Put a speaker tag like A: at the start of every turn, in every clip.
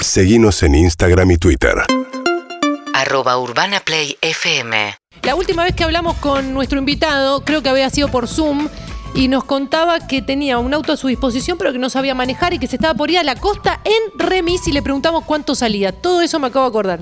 A: Seguimos en Instagram y Twitter.
B: arroba urbanaplayfm.
C: La última vez que hablamos con nuestro invitado, creo que había sido por Zoom, y nos contaba que tenía un auto a su disposición, pero que no sabía manejar y que se estaba por ir a la costa en remis y le preguntamos cuánto salía. Todo eso me acabo de acordar.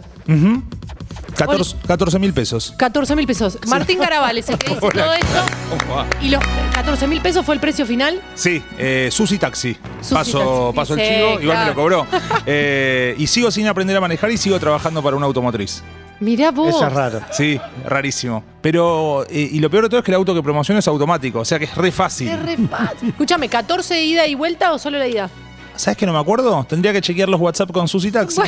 D: 14 mil pesos.
C: 14 mil pesos. Martín Garabal es el que dice
D: Hola,
C: todo esto.
D: ¿cómo va?
C: Y los 14 mil pesos fue el precio final.
D: Sí, eh, Susi Taxi.
C: Susi
D: Paso,
C: Taxi.
D: paso el
C: Sí,
D: chivo, igual me
C: claro.
D: lo cobró. Eh, y sigo sin aprender a manejar y sigo trabajando para una automotriz.
C: Mirá vos.
E: Eso es raro.
D: Sí, rarísimo. Pero, eh, y lo peor de todo es que el auto que promociono es automático, o sea que es re fácil.
C: Qué re fácil. Escúchame, ¿14 de ida y vuelta o solo la ida?
D: ¿Sabes que no me acuerdo? Tendría que chequear los WhatsApp con Susi Taxi.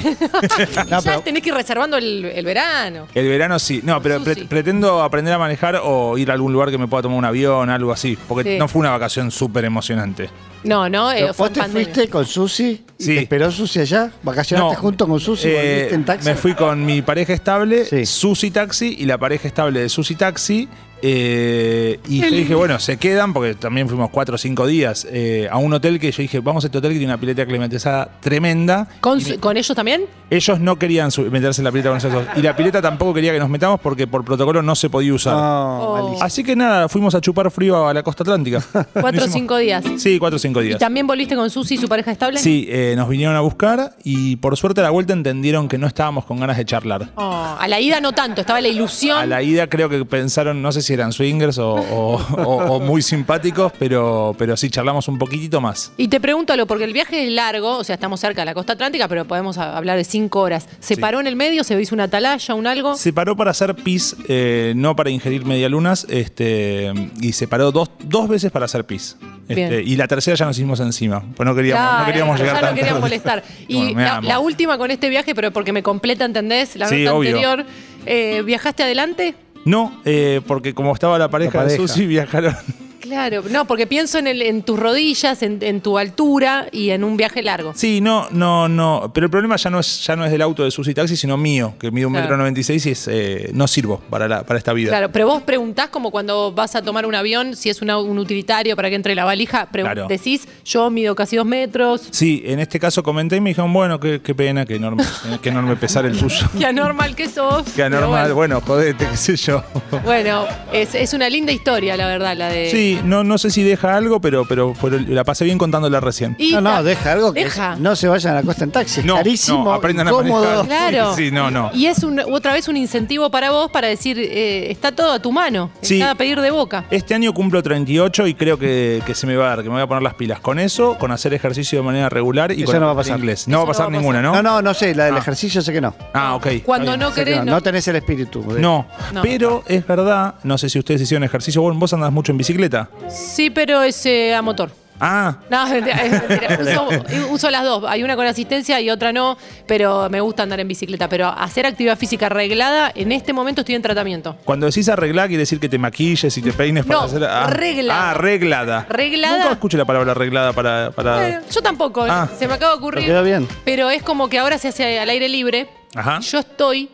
C: ya
E: No, pero-
C: tenés que ir reservando el, el verano.
D: El verano sí. No, pero
C: Susi.
D: pre- pretendo aprender a manejar o ir a algún lugar que me pueda tomar un avión, algo así. Porque
C: Sí.
D: no fue una vacación súper emocionante.
C: No, no, eh,
E: Pero
C: fue
E: ¿Vos
C: en
E: te
C: pandemia.
E: fuiste con Susi? y
D: Sí.
E: ¿Te esperó Susi allá? ¿Vacacionaste junto con Susi? y
D: eh,
E: ¿Volviste en taxi?
D: Me fui con mi pareja estable,
E: Sí.
D: Susi Taxi, y la pareja estable de Susi Taxi. eh, y yo dije, bueno, se quedan, porque también fuimos cuatro o cinco días eh, a un hotel que yo dije, vamos a este hotel que tiene una pileta climatizada tremenda.
C: ¿Con,
D: Y
C: su-
D: me-
C: ¿Con ellos también?
D: ellos no querían su- meterse en la pileta con nosotros. Y la pileta tampoco quería que nos metamos porque por protocolo no se podía usar.
E: No,
C: Oh.
E: malísimo.
D: Así que nada, fuimos a chupar frío a la costa atlántica.
C: Cuatro o
D: Hicimos-
C: cinco días.
D: Sí, cuatro o cinco
C: ¿Y
D: días.
C: también volviste con Susi y su pareja estable?
D: Sí, eh, nos vinieron a buscar y por suerte a la vuelta entendieron que no estábamos con ganas de charlar.
C: Oh, a la ida no tanto, estaba la
D: A
C: ilusión.
D: la ida creo que pensaron, no sé si eran swingers o, o- o- o muy simpáticos, pero, pero sí charlamos un poquitito más.
C: Y te pregunto algo, porque el viaje es largo, o sea, estamos cerca de la costa atlántica, pero podemos a- hablar de cinco horas. ¿Se
D: Sí.
C: paró en el medio? ¿Se hizo una atalaya, un algo?
D: Se paró para hacer pis, eh, no para ingerir medialunas, este, y se paró dos, dos veces para hacer pis. Este,
C: Bien.
D: y la tercera ya nos hicimos encima, pues no queríamos,
C: Claro,
D: no queríamos
C: ya
D: llegar
C: no
D: tan
C: quería
D: tarde.
C: molestar. Y
D: Bueno, me
C: la,
D: amo.
C: la última con este viaje, pero porque me completa, ¿entendés? La
D: Sí,
C: nota
D: obvio.
C: anterior, eh, ¿viajaste adelante?
D: No, eh, porque como estaba la pareja,
E: La
D: de
E: pareja.
D: Susi, viajaron.
C: Claro, no, porque pienso en, el, en tus rodillas, en, en tu altura y en un viaje largo.
D: Sí, no, no, no. Pero el problema ya no es, ya no es del auto de Susi Taxi, sino mío, que mido un
C: Claro.
D: metro noventa y seis y es, eh, no sirvo para, la, para esta vida.
C: Claro, pero vos preguntás como cuando vas a tomar un avión, si es una- un utilitario para que entre la valija, pre-
D: Claro.
C: decís, yo mido casi dos metros,
D: Sí, en este caso comenté y me dijeron, bueno, qué, qué pena, qué enorme, qué enorme pesar el tuyo.
C: qué anormal que sos.
D: Qué anormal,
C: Pero
D: bueno, jodete, qué sé yo.
C: Bueno, es, es una linda historia, la verdad, la de...
D: Sí, no, no sé si deja algo, pero, pero fue- la pasé bien contándola recién.
C: Y
E: no,
C: ta-
E: no, deja algo que
C: Deja.
E: es- no se vayan a la costa en taxi. es
D: No,
E: carísimo,
D: no, aprendan a
E: incómodo.
D: manejar.
C: Claro.
D: Sí, no, no.
C: Y es un- otra vez un incentivo para vos para decir, eh, está todo a tu mano,
D: Sí.
C: está a pedir de boca.
D: Este año cumplo 38 y creo que, que se me va a dar, que me voy a poner las pilas. Con eso, con hacer ejercicio de manera regular y
E: Eso
D: con
E: no va a
D: aprender
E: pasar.
D: inglés. No va a pasar ninguna, ¿no?
E: No, no, no sé, la del
D: Ah.
E: ejercicio sé que no.
D: Ah, ok.
C: Cuando
D: Está bien.
C: no
E: Sé que
C: querés...
E: no.
C: no-
E: No tenés el espíritu. de-
D: No,
C: No.
D: pero es verdad, no sé si ustedes hicieron ejercicio. Bueno, vos andás mucho en bicicleta.
C: Sí, pero es eh, a motor.
D: Ah,
C: No, es mentira, es mentira. Uso, uso las dos. Hay una con asistencia y otra no, pero me gusta andar en bicicleta. Pero hacer actividad física arreglada, en este momento estoy en tratamiento.
D: cuando decís arreglar, quiere decir que te maquilles y te peines para
C: No,
D: hacer. Ah,
C: reglada.
D: Ah, reglada.
C: Reglada.
D: Nunca escuché la palabra reglada para. para-
C: Eh, Yo tampoco,
D: Ah.
C: se me acaba de ocurrir.
E: Pero quedó bien.
C: Pero es como que ahora se hace al aire libre.
D: Ajá.
C: Yo estoy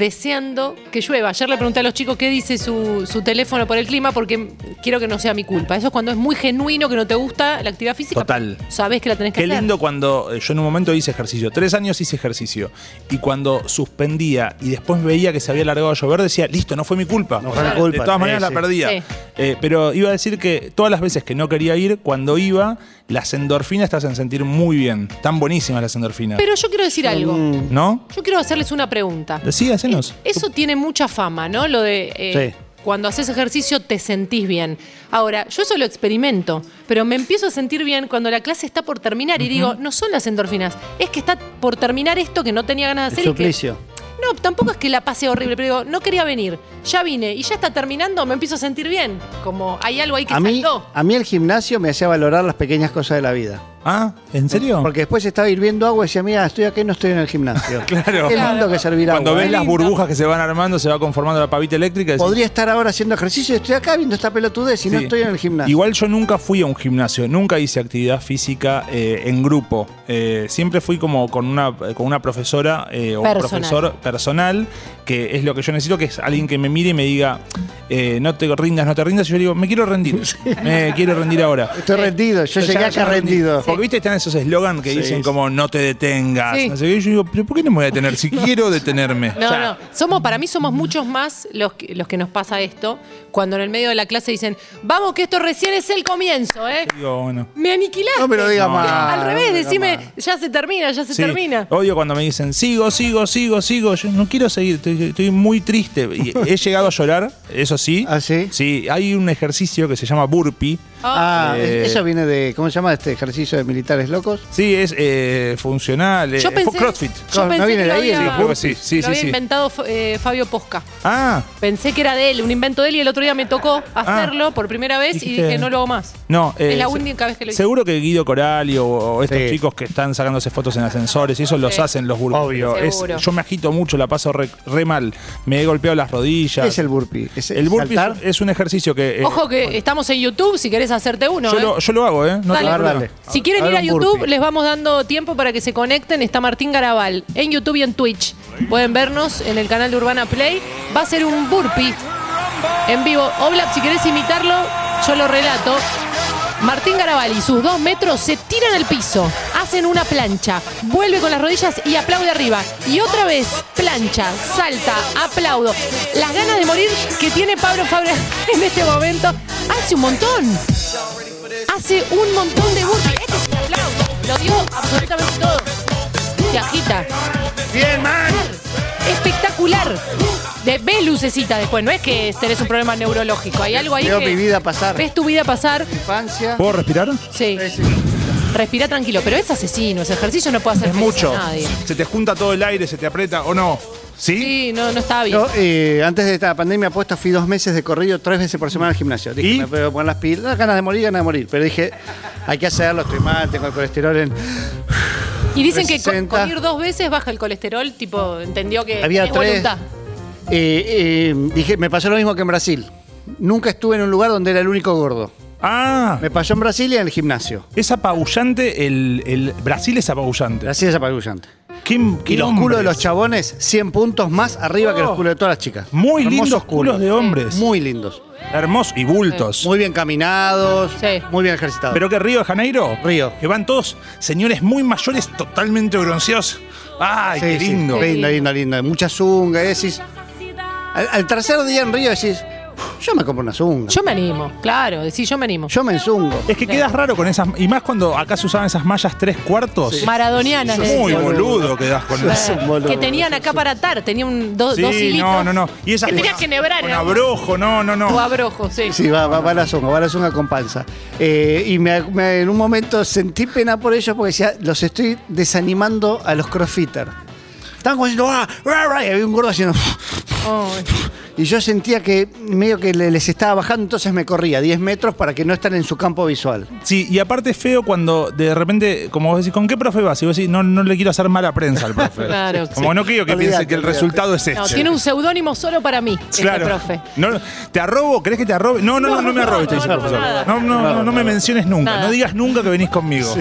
C: deseando que llueva. Ayer le pregunté a los chicos qué dice su, su teléfono por el clima porque quiero que no sea mi culpa. Eso es cuando es muy genuino, que no te gusta la actividad física.
D: Total.
C: Sabes que la tenés que
D: Qué
C: hacer.
D: lindo cuando eh, yo en un momento hice ejercicio, tres años hice ejercicio, y cuando suspendía y después veía que se había alargado a llover, decía, listo, no fue mi culpa.
E: No fue mi
D: De
E: culpa.
D: todas maneras
E: Sí,
D: la
E: sí.
D: perdía.
C: Sí.
D: Eh, pero iba a decir que todas las veces que no quería ir, cuando iba, las endorfinas te hacen sentir muy bien. Tan buenísimas las endorfinas.
C: Pero yo quiero decir algo.
D: ¿No?
C: Yo quiero hacerles una pregunta.
D: Sí, hacenos.
C: Eso tiene mucha fama, ¿no? Lo de eh, cuando haces ejercicio te sentís bien. Ahora, yo eso lo experimento, pero me empiezo a sentir bien cuando la clase está por terminar y digo, no son las endorfinas, es que está por terminar esto que no tenía ganas de
E: El
C: hacer. y que-
E: suplicio.
C: no, tampoco es que la pase horrible, pero digo, no quería venir, ya vine y ya está terminando, me empiezo a sentir bien. Como hay algo ahí que
E: A mí,
C: saltó.
E: a mí el gimnasio me hacía valorar las pequeñas cosas de la vida.
D: Ah, ¿en serio?
E: Porque después estaba hirviendo agua y decía, mira, estoy acá y no estoy en el gimnasio.
D: Claro.
E: Qué lindo que servirá
D: Cuando
E: agua.
D: ves
E: ¿eh?
D: las burbujas que se van armando, se va conformando la pavita eléctrica. decís,
E: Podría estar ahora haciendo ejercicio y estoy acá viendo esta pelotudez y no
D: Sí.
E: estoy en el gimnasio.
D: Igual yo nunca fui a un gimnasio, nunca hice actividad física eh, en grupo. Eh, siempre fui como con una, con una profesora eh, o un
C: Personal.
D: profesor personal, que es lo que yo necesito, que es alguien que me mire y me diga, eh, no te rindas, no te rindas. Y yo digo, me quiero rendir, me quiero rendir ahora.
E: Estoy rendido, yo
D: Ya-
E: llegué
D: ya
E: acá
D: rendí.
E: rendido.
C: Sí,
D: Porque viste, están esos eslogan que
E: Sí,
D: dicen
E: sí.
D: como no te detengas.
C: Sí.
D: No sé qué. Yo digo, pero ¿por qué no me voy a detener si quiero detenerme?
C: No,
D: O sea,
C: no. Somos, para mí somos muchos más los que, los que nos pasa esto, cuando en el medio de la clase dicen, vamos que esto recién es el comienzo, ¿eh?
D: Digo, bueno.
C: Me aniquilaste.
E: No me lo diga
D: Ah, No.
E: más.
C: Al revés,
E: no me lo diga
C: decime,
E: más.
C: ya se termina, ya se
D: Sí, Oh,
C: termina.
D: Odio cuando me dicen, sigo, sigo, sigo, sigo. Yo no quiero seguir, estoy, estoy muy triste. Y he llegado a llorar, eso sí.
E: ¿Ah, sí?
D: Sí, hay un ejercicio que se llama burpee.
C: oh.
E: Ah,
D: Eh.
E: es- eso viene de, ¿cómo se llama este ejercicio de militares locos?
D: Sí, es eh, funcional. eh,
C: Yo
D: es
C: pensé,
D: crossfit.
C: yo
E: No, no
C: pensé
E: viene
C: que lo
E: de ahí,
C: había,
E: digo,
D: creo que sí, sí,
C: lo
D: sí,
C: había
D: sí.
C: inventado eh, Fabio Posca.
D: Ah,
C: Pensé que era de él, un invento de él y el otro día me tocó hacerlo por primera vez
D: Dijiste-
C: y dije, no lo hago más.
D: no. eh,
C: es la
D: se-
C: única vez que lo hice.
D: Seguro que Guido Corali o, o estos
E: Sí.
D: chicos que están sacándose fotos en ascensores y eso los
C: Sí.
D: hacen los burpees.
E: Obvio.
D: Es-
C: Seguro.
D: yo me agito mucho, la paso re, re mal. Me he golpeado las rodillas.
E: ¿Qué es el burpee? ¿Es
D: El burpee
E: saltar?
D: es, es un ejercicio que. eh,
C: Ojo que estamos en YouTube si querés hacerte uno.
D: yo,
C: ¿eh?
D: lo, yo lo hago, ¿eh? No
C: Dale.
D: tengo
E: A ver,
D: problema.
E: dale.
C: Si quieren
E: A
C: ir
E: ver
C: a
E: un
C: YouTube,
E: burpee.
C: les vamos dando tiempo para que se conecten. Está Martín Garabal en YouTube y en Twitch. Pueden vernos en el canal de Urbana Play. Va a ser un burpee en vivo. Oblap, si querés imitarlo, yo lo relato. Martín Garabal y sus dos metros se tiran al piso, hacen una plancha, vuelve con las rodillas y aplaude arriba. Y otra vez, plancha, salta, aplaudo. Las ganas de morir que tiene Pablo Fabra en este momento hace un montón hace un montón de burpees. Este es un aplauso. Lo dio absolutamente todo. Se agita.
E: Bien, man.
C: Espectacular. De, ve lucecita después. No es que tenés un problema neurológico. Hay algo ahí
E: Veo
C: que
E: mi vida pasar.
C: Ves tu vida pasar.
E: Infancia.
D: ¿Puedo respirar?
C: Sí.
E: Sí, sí.
C: Respira tranquilo. Pero es asesino. Ese ejercicio no puede hacer
D: Es
C: feliz a
D: mucho.
C: nadie.
D: Se te junta todo el aire, se te aprieta o no. ¿Sí?
C: Sí, no, no está bien.
E: Yo, eh, antes de esta pandemia, apuesta, fui dos meses de corrido, tres veces por semana al gimnasio. Dije,
D: ¿Y?
E: me puedo poner las pilas, Ah, ganas de morir, ganas de morir. Pero dije, hay que hacerlo, estoy mal, tengo el colesterol en...
C: y dicen que con,
E: 360.
C: con ir dos veces baja el colesterol. Tipo, entendió que
E: Había
C: tenés
E: tres.
C: voluntad.
E: Eh, eh, dije, me pasó lo mismo que en Brasil. Nunca estuve en un lugar donde era el único gordo.
D: Ah,
E: Me pasó en Brasil y en el gimnasio.
D: es apabullante. El, el Brasil es apabullante.
E: Brasil es apagullante.
D: ¿Qué, qué
E: Y
D: hombres?
E: los
D: Oh.
E: culos de los chabones, 100 puntos más arriba que los culos de todas las chicas.
D: Muy
E: Hermosos
D: lindos culos de hombres.
E: Muy lindos.
D: Hermosos y bultos.
E: Muy bien caminados,
C: Sí.
E: muy bien ejercitados.
D: Pero que Río de Janeiro.
E: Río.
D: Que van todos señores muy mayores, totalmente bronceados. ¡Ay,
E: Sí,
D: qué
E: sí,
D: lindo!
E: lindo, lindo, lindo. Mucha zunga, y decís. Al, al tercer día en Río decís, "Uf, yo me compro una zunga. Yo,
C: Yo me animo. Claro, sí, yo me animo.
E: me enzungo.
D: Es que quedas raro con esas. Y más cuando acá se usaban esas mallas tres cuartos.
C: Maradoniana. le
D: Muy
C: decían.
D: boludo quedas con
E: Claro.
D: eso.
E: un boludo.
C: Eh, que tenían acá para atar, tenían un, do- dos
D: Sí,
C: hilitos.
D: no, no, no. Y esas
C: que tenías
D: con-
C: que nebrar. ¿eh?
D: Con
C: ¿no?
D: abrojo, no, no,
C: O
D: no.
C: abrojo, sí.
E: Sí, va, va, va la zunga, va la zunga con panza. Eh, y me, me- en un momento sentí pena por ellos porque decía, los estoy desanimando a los crossfitters. Estaban como diciendo, ¡ah! rah, rah", Y había un gordo haciendo.
C: Oh,
E: Y yo sentía que medio que le- les estaba bajando, entonces me corría 10 metros para que no estén en su campo visual.
D: Sí, y aparte es feo cuando de repente, como vos decís, ¿con qué profe vas? Y vos decís, no, no le quiero hacer mala prensa al profe.
C: Claro,
D: Como
C: sí.
D: no quiero que
E: Olvídate,
D: piense que el
E: olvídate.
D: resultado es este.
C: no, tiene un seudónimo solo para mí,
D: Claro.
C: este profe.
D: No, no, ¿Te arrobo? ¿Crees que te arrobe? No, no, no, no, me
C: No,
D: arrobes, te
C: no,
D: dice
C: no,
D: el profesor.
C: nada.
D: No, no, no, no me menciones nunca.
C: Nada.
D: No digas nunca que venís conmigo.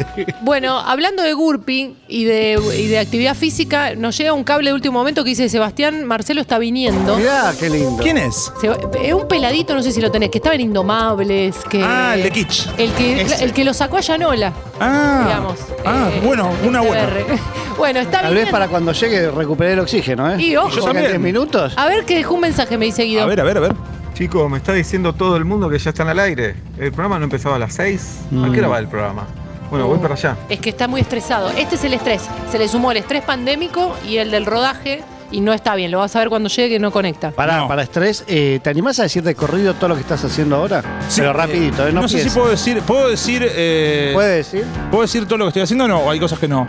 C: Bueno, hablando de Gurping y de, y de actividad física, nos llega un cable de último momento que dice Sebastián Marcelo está viniendo.
E: Mirá, qué lindo.
D: ¿Quién es?
C: Se- Es un peladito, no sé si lo tenés, que estaba en Indomables, que.
D: Ah, el de Kitsch.
C: El que,
E: Ese.
C: el que lo sacó a Yanola,
D: Ah,
C: digamos.
D: ah
C: eh,
D: bueno, una buena.
C: TBR. Bueno, está
E: Tal vez
C: viniendo.
E: para cuando llegue recuperé el oxígeno, ¿eh?
C: Y ojo. Ah.
E: Porque en
D: Yo
E: 10
D: también.
E: minutos.
C: A ver que dejó un mensaje, me dice Guido.
D: A ver, a ver, a ver.
F: Chicos, me está diciendo todo el mundo que ya están al aire. El programa no empezaba a las 6. ¿A
D: Mm.
F: qué hora va el programa? Bueno, voy para allá.
C: Uh, Es que está muy estresado. Este es el estrés. Se le sumó el estrés pandémico y el del rodaje y no está bien. Lo vas a ver cuando llegue que no conecta.
E: Para,
D: No.
E: para estrés, eh, ¿te animás a decir de corrido todo lo que estás haciendo ahora?
D: Sí,
E: Pero
D: eh,
E: rapidito, ¿eh? No,
D: No, sé si
E: pienses.
D: puedo decir. ¿Puedo decir, eh,
E: ¿Puede decir?
D: ¿puedo decir todo lo que estoy haciendo o no? ¿O hay cosas que no?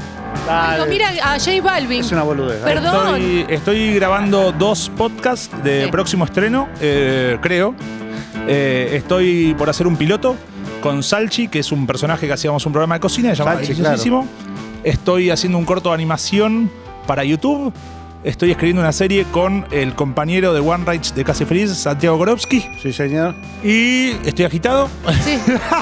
E: Dale.
C: No, mira a J Balvin.
E: Es una boludez. ¿eh?
C: Perdón.
D: Estoy, estoy grabando dos podcasts de
C: Sí.
D: próximo estreno, eh, creo. Eh, estoy por hacer un piloto con Salchi, que es un personaje que hacíamos un programa de cocina, llamado
E: Salchi,
D: Deliciosísimo. Estoy haciendo un corto de animación para YouTube. Estoy escribiendo una serie con el compañero de One Rights de Casi Feliz, Santiago Gorowski.
E: Sí, señor.
D: Y estoy agitado.
C: Sí.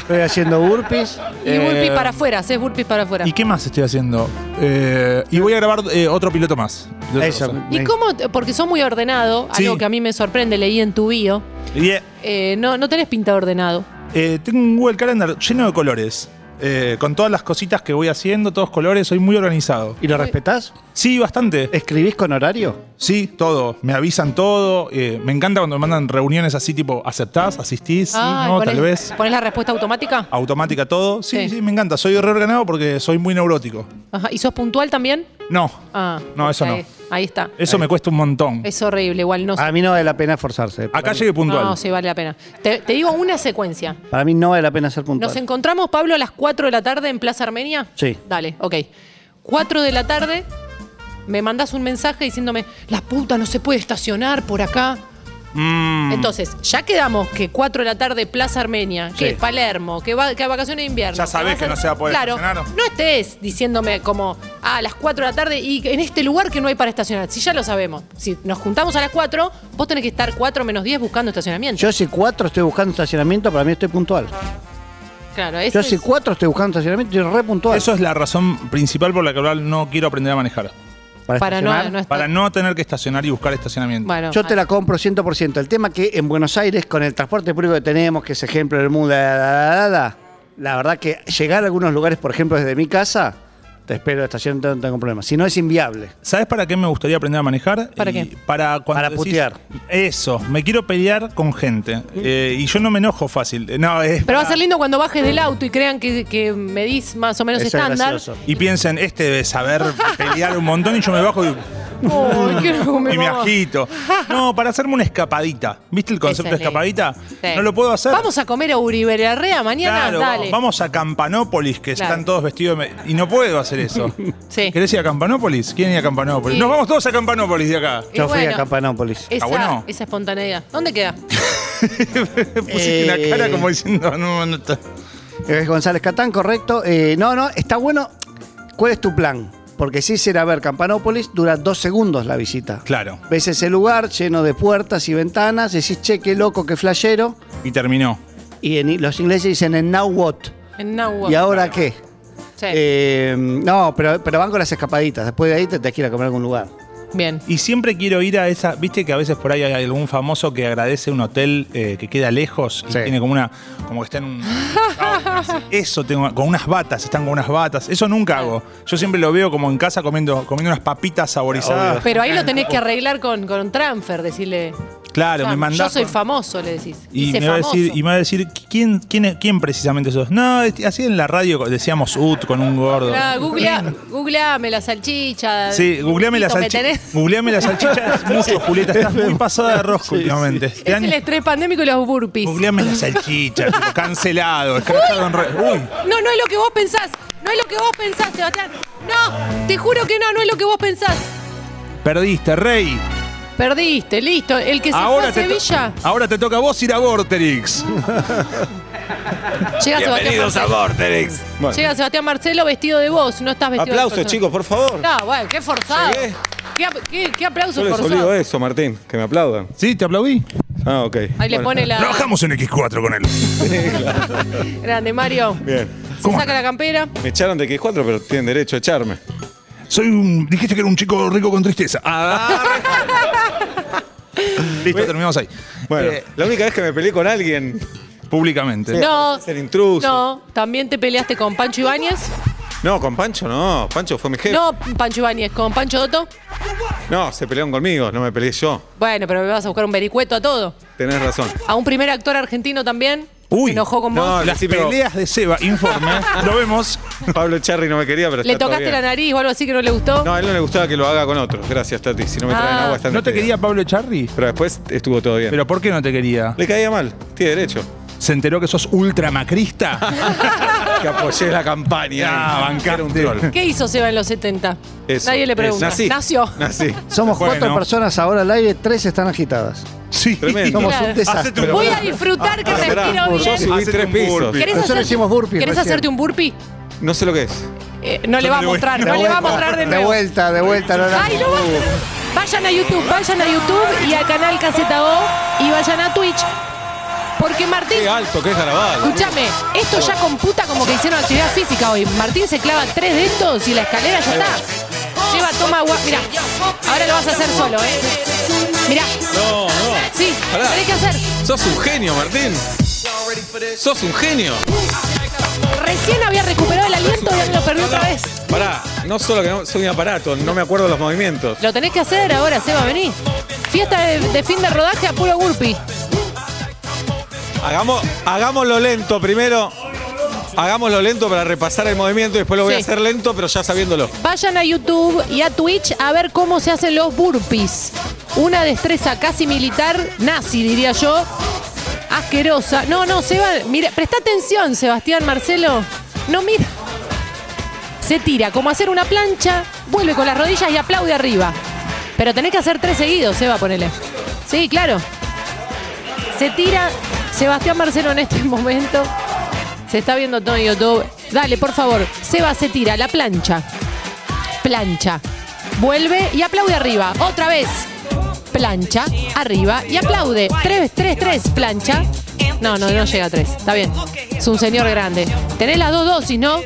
E: Estoy haciendo burpees.
C: Y burpees
D: Eh,
C: para afuera. Haces burpees para afuera.
D: ¿Y qué más estoy haciendo? Eh, y voy a grabar eh, otro piloto más. de otra
E: Eso.
D: cosa.
C: ¿Y
E: me-
C: cómo? te- Porque sos muy ordenado.
D: Sí.
C: Algo que a mí me sorprende. Leí en tu bio.
D: Y, eh,
C: Eh, no, no tenés pinta de ordenado.
D: Eh, tengo un Google Calendar lleno de colores. eh, con todas las cositas que voy haciendo, todos colores, soy muy organizado.
E: ¿Y lo respetás?
D: Sí, bastante. Eh,
E: ¿Escribís con horario?
D: Sí, todo. Me avisan todo. eh, me encanta cuando me mandan reuniones así, tipo, ¿aceptás? ¿Asistís? Sí,
C: Ah,
D: no,
C: ¿ponés-
D: tal vez.
C: ¿Ponés la respuesta automática?
D: Automática todo. Sí,
C: Sí.
D: sí, me encanta. Soy reorganizado porque soy muy neurótico.
C: Ajá. ¿Y sos puntual también?
D: No.
C: Ah,
D: Ah. No, eso
C: ahí- Ahí está.
D: Eso me cuesta un montón.
C: Es horrible, igual no.
E: A mí no vale la pena esforzarse.
D: Acá llegué puntual.
C: No, sí, vale la pena. Te, te digo una secuencia.
E: Para mí no vale la pena ser puntual.
C: Nos encontramos, Pablo, a las 4 de la tarde en Plaza Armenia.
E: Sí.
C: Dale, ok. 4 de la tarde, me mandas un mensaje diciéndome, la puta no se puede estacionar por acá.
D: Mm,
C: Entonces, ya quedamos que 4 de la tarde Plaza Armenia, que
E: Sí.
C: es Palermo, que, va, que vacaciones de invierno.
D: Ya sabés
C: vas
D: que no se va a poder
C: Claro,
D: estacionar.
C: no estés diciéndome como "Ah, a las 4 de la tarde y en este lugar que no hay para estacionar. Si ya lo sabemos. Si nos juntamos a las 4, vos tenés que estar 4 menos 10 buscando estacionamiento.
E: Yo si cuatro estoy buscando estacionamiento, para mí estoy puntual.
C: claro, eso
E: Yo si
C: es-
E: cuatro estoy buscando estacionamiento, estoy re puntual.
D: Eso es la razón principal por la que ahora no quiero aprender a manejar.
C: para no,
E: estacionar.
C: no estar-
D: Para no tener que estacionar y buscar estacionamiento.
C: Bueno, ah,
E: Yo te la compro 100%. El tema que en Buenos Aires, con el transporte público que tenemos, que es ejemplo del mundo, la, la, la, la, la, la verdad que llegar a algunos lugares, por ejemplo, desde mi casa, te espero, estación, no tengo problema. Si no, es inviable.
D: ¿Sabes para qué me gustaría aprender a manejar?
C: ¿Para
D: Y
C: qué?
D: Para, cuando
E: Para
D: decís,
E: putear.
D: Eso, me quiero pelear con gente. Eh, y yo no me enojo fácil. Eh, No, es
C: Pero va a
D: para-
C: ser lindo cuando bajes del auto y crean que, que medís más o menos
E: Eso es
C: estándar.
E: gracioso.
D: Y piensen, este debe saber pelear un montón y yo me bajo y,
C: Ay, qué
D: y me
C: babo.
D: agito. No, para hacerme una escapadita. ¿Viste el concepto de
C: Esa es la-
D: escapadita?
C: Sí.
D: No lo puedo hacer.
C: Vamos a comer a Uribe Larrea mañana,
D: Claro,
C: dale.
D: vamos a Campanópolis, que
C: Claro.
D: están todos vestidos. de me- Y no puedo hacer eso.
C: Sí.
D: ¿Querés ir a Campanópolis? ¿Quién ir a Campanópolis?
C: Sí.
D: Nos vamos todos a Campanópolis de acá.
C: Y
E: Yo fui
C: bueno, Eh,
E: a Campanópolis.
C: Esa,
D: bueno?
C: esa espontaneidad. ¿Dónde queda?
D: Pusiste una
E: Eh.
D: cara como diciendo, no, no está.
E: Eh, González Catán, correcto. Eh, no, no, está bueno. ¿Cuál es tu plan? Porque si es ir a ver Campanópolis, dura dos segundos la visita.
D: Claro.
E: Ves ese lugar lleno de puertas y ventanas, decís, che, qué loco, qué flashero.
D: Y terminó.
E: Y en- los ingleses dicen, en now what?
C: En Nahua.
E: ¿Y ahora qué?
C: Sí.
E: Eh, no, pero, pero van con las escapaditas. Después de ahí te tenés que ir a comer a algún lugar.
C: Bien.
D: Y siempre quiero ir a esa. Viste que a veces por ahí hay algún famoso que agradece un hotel eh, que queda lejos y
E: Sí.
D: tiene como una. como que está en un. Eso tengo. Con unas batas, están con unas batas. Eso nunca hago. Yo siempre lo veo como en casa comiendo, comiendo unas papitas saborizadas.
C: Pero ahí lo tenés que arreglar con, con un transfer, decirle.
D: Claro,
C: "Fam,
D: me mandás.
C: Yo soy famoso, le decís.
D: y
C: Hice
D: me, va a decir,
C: famoso.
D: y me va a decir, ¿quién, quién, quién precisamente sos? No, este- así en la radio decíamos UT con un gordo.
C: Ah, googlea- googleame la salchicha.
D: Sí, googleame las,
C: Tito, ¿me
D: salchi-
C: tenés?
D: googleame las salchichas. Mucho, Julieta, estás muy pasada de rosco últimamente. Este
C: Es
D: año-
C: el estrés pandémico y los burpees.
D: Googleame la salchicha, tipo, cancelado, escrachado en re- Uy,
C: No, no es lo que vos pensás. No es lo que vos pensás, Sebastián. No, te juro que no, no es lo que vos pensás.
D: perdiste, rey.
C: Perdiste, listo. El que se
D: Ahora
C: fue a
D: te, to-
C: Sevilla.
D: ahora te toca a vos ir a Vorterix.
C: Llega Sebastián,
G: Bienvenidos a
C: Marcelo,
G: Vorterix.
C: llega Sebastián Marcelo vestido de vos, no estás vestido de
H: Aplausos,
C: persona.
H: chicos, por favor.
C: No, bueno, qué forzado.
H: Llegué.
C: Qué, ap- qué- qué aplauso
H: Yo les
C: forzado.
H: olvido eso, Martín, que me aplaudan.
D: ¿Sí? ¿Te aplaudí?
H: Ah, ok.
C: Ahí le
H: Bueno.
C: pone la.
D: Trabajamos en X4 con él.
C: Grande, Mario.
H: Bien.
C: Se saca la campera.
H: Me echaron de X4, pero tienen derecho a echarme.
D: Soy un. Dijiste que era un chico rico con tristeza. Ah, Listo, terminamos ahí.
H: Bueno,
D: Eh,
H: la única vez que me peleé con alguien
D: públicamente.
C: No.
H: es el intruso.
C: No, también te peleaste con Pancho Ibáñez.
H: No, con Pancho no. Pancho fue mi jefe. No,
C: No, Pancho Ibáñez, con Pancho Dotto.
H: se pelearon conmigo, no me peleé yo.
C: Bueno, pero me vas a buscar un vericueto a todo.
H: Tenés razón.
C: A un primer actor argentino también.
D: Uy.
C: Se enojó con vos.
H: No,
D: Las
H: sí, pero-
D: peleas de Seba, informe. Lo vemos.
H: Pablo Cherry no me quería, pero
C: Le
H: está todo
C: tocaste
H: bien.
C: la nariz o algo así que no le gustó.
H: No, a él no le gustaba que lo haga con otros. Gracias, Tati. Si no me traen
C: Ah.
H: agua, están
D: ¿No te
H: despedidos.
D: quería Pablo Charri?
H: Pero después estuvo todo bien.
D: ¿Pero por qué no te quería?
H: Le caía mal. Tiene derecho.
D: ¿Se enteró que sos ultramacrista?
H: que apoyé la campaña.
D: Ah, bancaste.
H: Era un troll.
C: ¿Qué hizo Seba en los 70?
H: Eso,
C: Nadie le pregunta.
H: eso. Nací.
C: Nació.
H: Nací.
E: Somos
D: Bueno.
E: cuatro personas ahora al aire, tres están agitadas.
D: sí.
H: Tremendo.
E: Somos
C: Claro.
E: un desastre.
D: Hacete un-
C: Voy a disfrutar que
H: Pero esperá,
C: respiro
H: Ah, yo
C: bien.
H: subí
D: Hacete
H: tres
D: un
H: pisos.
D: burpee.
C: ¿Querés,
E: Nosotros
C: hacer-
E: hicimos burpees
C: ¿querés
E: recién.
C: hacerte un burpee?
H: No sé lo que es.
C: Eh, no le
D: Yo
C: va a
D: no le voy-
C: mostrar,
D: no
C: no le va a
E: vuelta,
C: mostrar de
E: De
C: nuevo.
E: vuelta, de vuelta. no, no.
C: Ay, no va a ser. Vayan a YouTube, vayan a YouTube y al canal Caseta O y vayan a Twitch. Porque Martín,
H: Qué alto, qué garabal.
C: escúchame, esto ya computa como que hicieron actividad física hoy. Martín se clava tres de estos y la escalera ya está. Seba, toma agua. Mirá, ahora lo vas a hacer solo, ¿eh? Mirá,
H: No, no.
C: sí,
H: Pará.
C: tenés que hacer.
H: Sos un genio, Martín. Sos un genio.
C: Recién había recuperado el aliento y lo perdió otra vez.
H: Pará, no solo que no, soy un aparato, no me acuerdo los movimientos.
C: Lo tenés que hacer ahora, Seba, vení. Fiesta de, de fin de rodaje a puro Gurpi.
H: Hagamos, hagámoslo lento primero. Hagámoslo lento para repasar el movimiento y después lo voy
C: Sí.
H: a hacer lento, pero ya sabiéndolo.
C: Vayan a YouTube y a Twitch a ver cómo se hacen los burpees. Una destreza casi militar, nazi diría yo. Asquerosa. No, no, Seba, mira, presta atención, Sebastián Marcelo. No mira. Se tira como hacer una plancha, vuelve con las rodillas y aplaude arriba. Pero tenés que hacer tres seguidos, Seba, ponele. Sí, claro. Se tira Sebastián Marcelo en este momento. Se está viendo todo en YouTube. Dale, por favor. Seba se tira, la plancha plancha. Vuelve y aplaude arriba. Otra vez. Plancha, arriba y aplaude. Tres, tres, tres, plancha. No, no, no llega a tres. Está bien. Es un señor grande. Tenés las dos dosis, ¿no?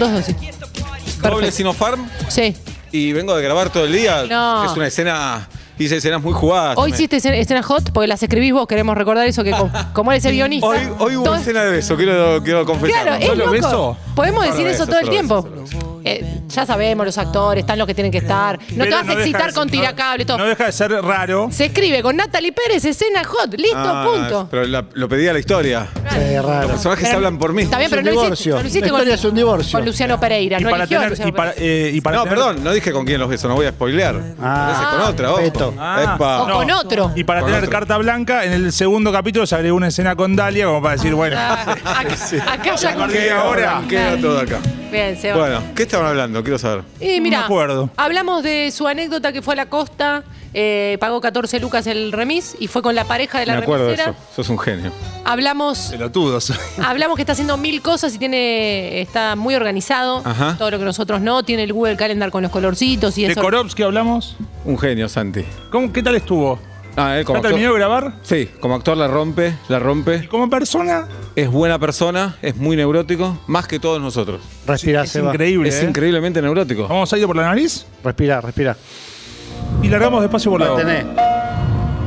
C: Dos dosis.
H: Doble
C: Perfecto.
H: Sinopharm
C: Sí.
H: y vengo de grabar todo el día.
C: No.
H: Es una escena. Hice escenas muy jugadas.
C: Hoy
H: Me-
C: hiciste escena- escena hot porque las escribís vos. Queremos recordar eso que co- como eres el guionista.
H: Hoy, hoy hubo
C: todo-
H: escena de beso, quiero, quiero confesar.
C: Claro, es
H: ¿Solo
C: loco.
H: beso?
C: Podemos
H: Solo
C: decir eso
H: beso,
C: todo el
H: solo
C: tiempo.
H: beso, solo beso.
C: Eh, ya sabemos, los actores están los que tienen que estar. No te
D: Pero
C: vas a
D: deja
C: excitar
D: de-
C: con
D: no-
C: tiracable y todo.
D: No deja de ser raro.
C: Se escribe con Natalie Pérez, escena hot, listo,
H: Ah,
C: punto.
H: Pero la- lo pedía la historia.
E: Sí, raro.
H: Los personajes hablan por mí.
C: Está bien,
E: Es un
C: pero no lo hiciste,
E: divorcio.
C: no lo hiciste
E: La historia es un divorcio.
C: con Luciano Pereira,
D: Y
C: no
D: para
C: eligió a
D: tener.
C: Luciano
D: Y para,
C: Pereira.
D: eh, y para
H: No,
D: tener-
H: perdón, no dije con quién los beso, no voy a spoilear.
E: Ah.
H: Parece con otra, ojo.
E: Perfecto.
D: Ah.
H: Epa.
C: O No. con otro.
D: Y para
H: Con
D: tener
H: otro.
D: carta blanca, en el segundo capítulo se agregó una escena con Dalia como para decir, bueno,
C: Ah, acá, acá ya
H: ¿Qué ahora? Ah, Queda todo acá.
C: Bien, se va.
H: Bueno, ¿qué estaban hablando? Quiero saber.
C: y mira,
D: no me acuerdo.
C: hablamos de su anécdota que fue a la costa, eh, pagó 14 lucas el remis y fue con la pareja de la
H: Me acuerdo de
C: remisera.
H: eso. Sos un genio.
C: Hablamos
D: pelotudos.
C: Hablamos que está haciendo mil cosas y tiene está muy organizado.
H: Ajá.
C: Todo lo que nosotros no. Tiene el Google Calendar con los colorcitos y
D: ¿De
C: eso.
D: Korovsky hablamos?
H: Un genio, Santi.
D: ¿Cómo, ¿Qué tal estuvo?
H: Ah, él como
D: ¿Ya
H: actor.
D: terminó de grabar?
H: Sí, como actor la rompe, la
D: ¿Y
H: rompe.
D: como persona?
H: Es buena persona, es muy neurótico, más que todos nosotros.
E: Respira,
D: Es
E: Seba.
D: increíble.
H: Es
D: ¿eh?
H: increíblemente neurótico.
D: Vamos a ir por la nariz
E: Respira, respira.
D: y largamos despacio por la
E: La
D: boca.
E: tenés.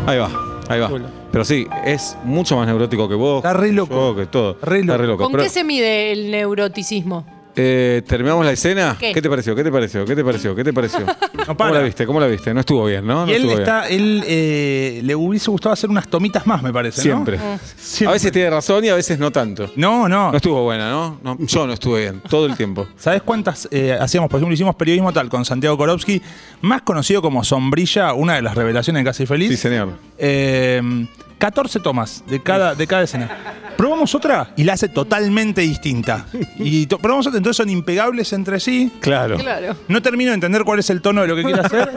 H: Ahí va, ahí va.
D: Hola.
H: Pero sí, es mucho más neurótico que vos.
D: Está re loco.
H: yo, que todo.
D: Re
H: Está
D: loco.
C: ¿Con
H: Pero,
C: qué se mide el neuroticismo?
H: eh, ¿Terminamos la escena?
C: ¿Qué?
H: te pareció? ¿Qué te pareció? ¿Qué te pareció? ¿Qué te pareció? ¿Cómo
D: para.
H: la viste? ¿Cómo la viste? No estuvo bien, ¿no? No
D: Y él
H: estuvo bien.
D: está, él eh, le hubiese gustado hacer unas tomitas más, me parece. ¿no?
H: Ah. Siempre. A
D: Siempre.
H: veces tiene razón y a veces no tanto.
D: No, no.
H: No estuvo buena, ¿no? No, yo no estuve bien, todo el tiempo.
D: ¿Sabes cuántas eh, hacíamos? Por ejemplo, hicimos periodismo tal con Santiago Korovsky, más conocido como Sombrilla, una de las revelaciones de Casi Feliz.
H: Sí, señor.
D: Eh, 14 tomas de cada, de cada escena. Probamos otra y la hace totalmente distinta. Y to- probamos otra, entonces son impegables entre sí.
H: Claro.
C: Claro.
D: No termino de entender cuál es el tono de lo que quiero hacer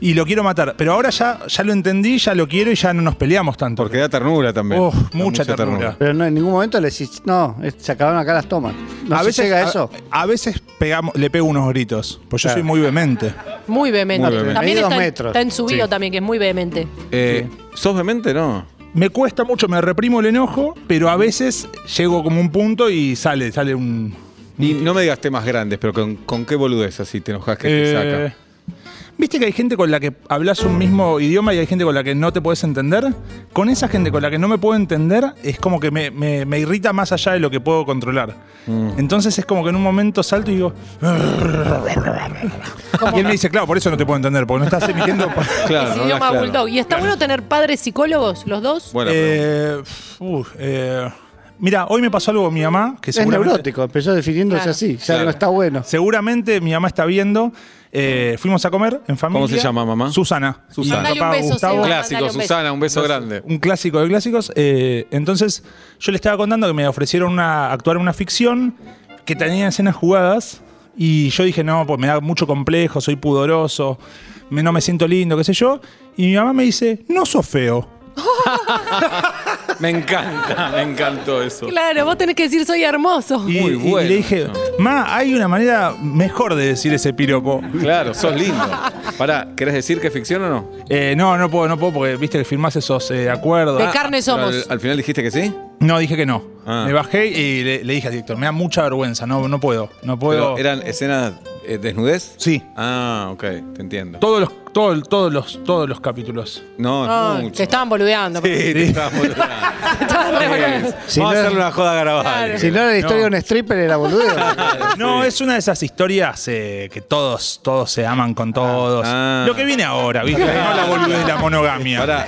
D: y lo quiero matar. Pero ahora ya, ya lo entendí, ya lo quiero y ya no nos peleamos tanto.
H: Porque da ternura también.
D: Oh,
H: Da
D: mucha ternura.
E: Pero no, en ningún momento le decís, no, es- se acabaron acá las tomas. No se llega a eso.
D: A, a veces pegamos, le pego unos gritos, pues yo
E: Claro.
D: soy muy vehemente.
C: Muy vehemente.
H: Muy vehemente.
C: También
E: Mide dos
C: está, en-
E: metros.
C: está en su bio
H: Sí.
C: también, que es muy vehemente.
H: Eh, ¿Sos vehemente? No.
D: Me cuesta mucho, me reprimo el enojo, pero a veces llego como un punto y sale, sale un.
H: Y no me digas temas grandes, pero ¿con, con qué boludez así te enojas que te
D: Eh,
H: saca?
D: ¿Viste que hay gente con la que hablas un mismo idioma y hay gente con la que no te puedes entender? Con esa gente con la que no me puedo entender es como que me, me- me irrita más allá de lo que puedo controlar.
H: Mm.
D: Entonces es como que en un momento salto y digo... Y él me dice, claro, por eso no te puedo entender, porque no estás emitiendo... pa-".
H: Claro,
C: es
H: no
C: idioma
H: hablas claro.
C: bulldog. ¿Y está bueno tener padres psicólogos, los dos?
H: Buena pregunta.
D: Eh, uh, eh, mira, hoy me pasó algo con mi mamá que
E: Es
D: seguramente-
E: neurótico, empezó definiéndose
C: Claro.
E: así. Ya
H: Claro.
E: no está bueno.
D: Seguramente mi mamá está viendo. Eh, fuimos a comer en familia.
H: se llama, mamá?
D: Susana.
H: Susana.
D: Y
C: Dale un
D: papá
C: beso,
D: Gustavo.
H: Un
C: Seba.
H: clásico,
C: mandale un beso.
H: Susana, un beso grande.
D: un clásico de clásicos. Eh, entonces, yo le estaba contando que me ofrecieron una, actuar en una ficción que tenía escenas jugadas. Y yo dije, no, pues me da mucho complejo, soy pudoroso, me- no me siento lindo, qué sé yo. Y mi mamá me dice, no sos feo.
H: Me encanta, me encantó eso.
C: Claro, vos tenés que decir soy hermoso.
D: Y,
H: Muy
D: y
H: bueno.
D: le dije, ma, hay una manera mejor de decir ese piropo.
H: Claro, sos lindo. Pará, ¿querés decir que es ficción o no?
D: Eh, no, no puedo, no puedo, porque viste que firmás esos eh, acuerdos.
C: De carne
H: Pero
C: somos.
H: Al, al final dijiste que sí.
D: No, dije que no.
H: Ah.
D: Me bajé y le, le dije al director, me da mucha vergüenza, no, no puedo, no puedo.
H: Pero eran escenas eh, desnudez.
D: Sí.
H: Ah, ok, te entiendo.
D: Todos los, Todo el- todos, los, todos los capítulos.
H: No,
C: Ah,
H: es mucho.
C: te estaban boludeando.
H: Sí, te estaba muy raro.
C: Te estaban re boludeando.
E: Si
H: Vamos
E: no
H: a
E: es-
H: hacerle una joda grabada.
C: Claro.
E: Si no era la historia de un stripper, era boludo.
H: Eh,
D: No, es una de esas historias eh, que todos, todos se aman con todos.
H: Ah.
D: Lo que viene ahora, ¿viste? No la boludez de la monogamia.
H: Ahora,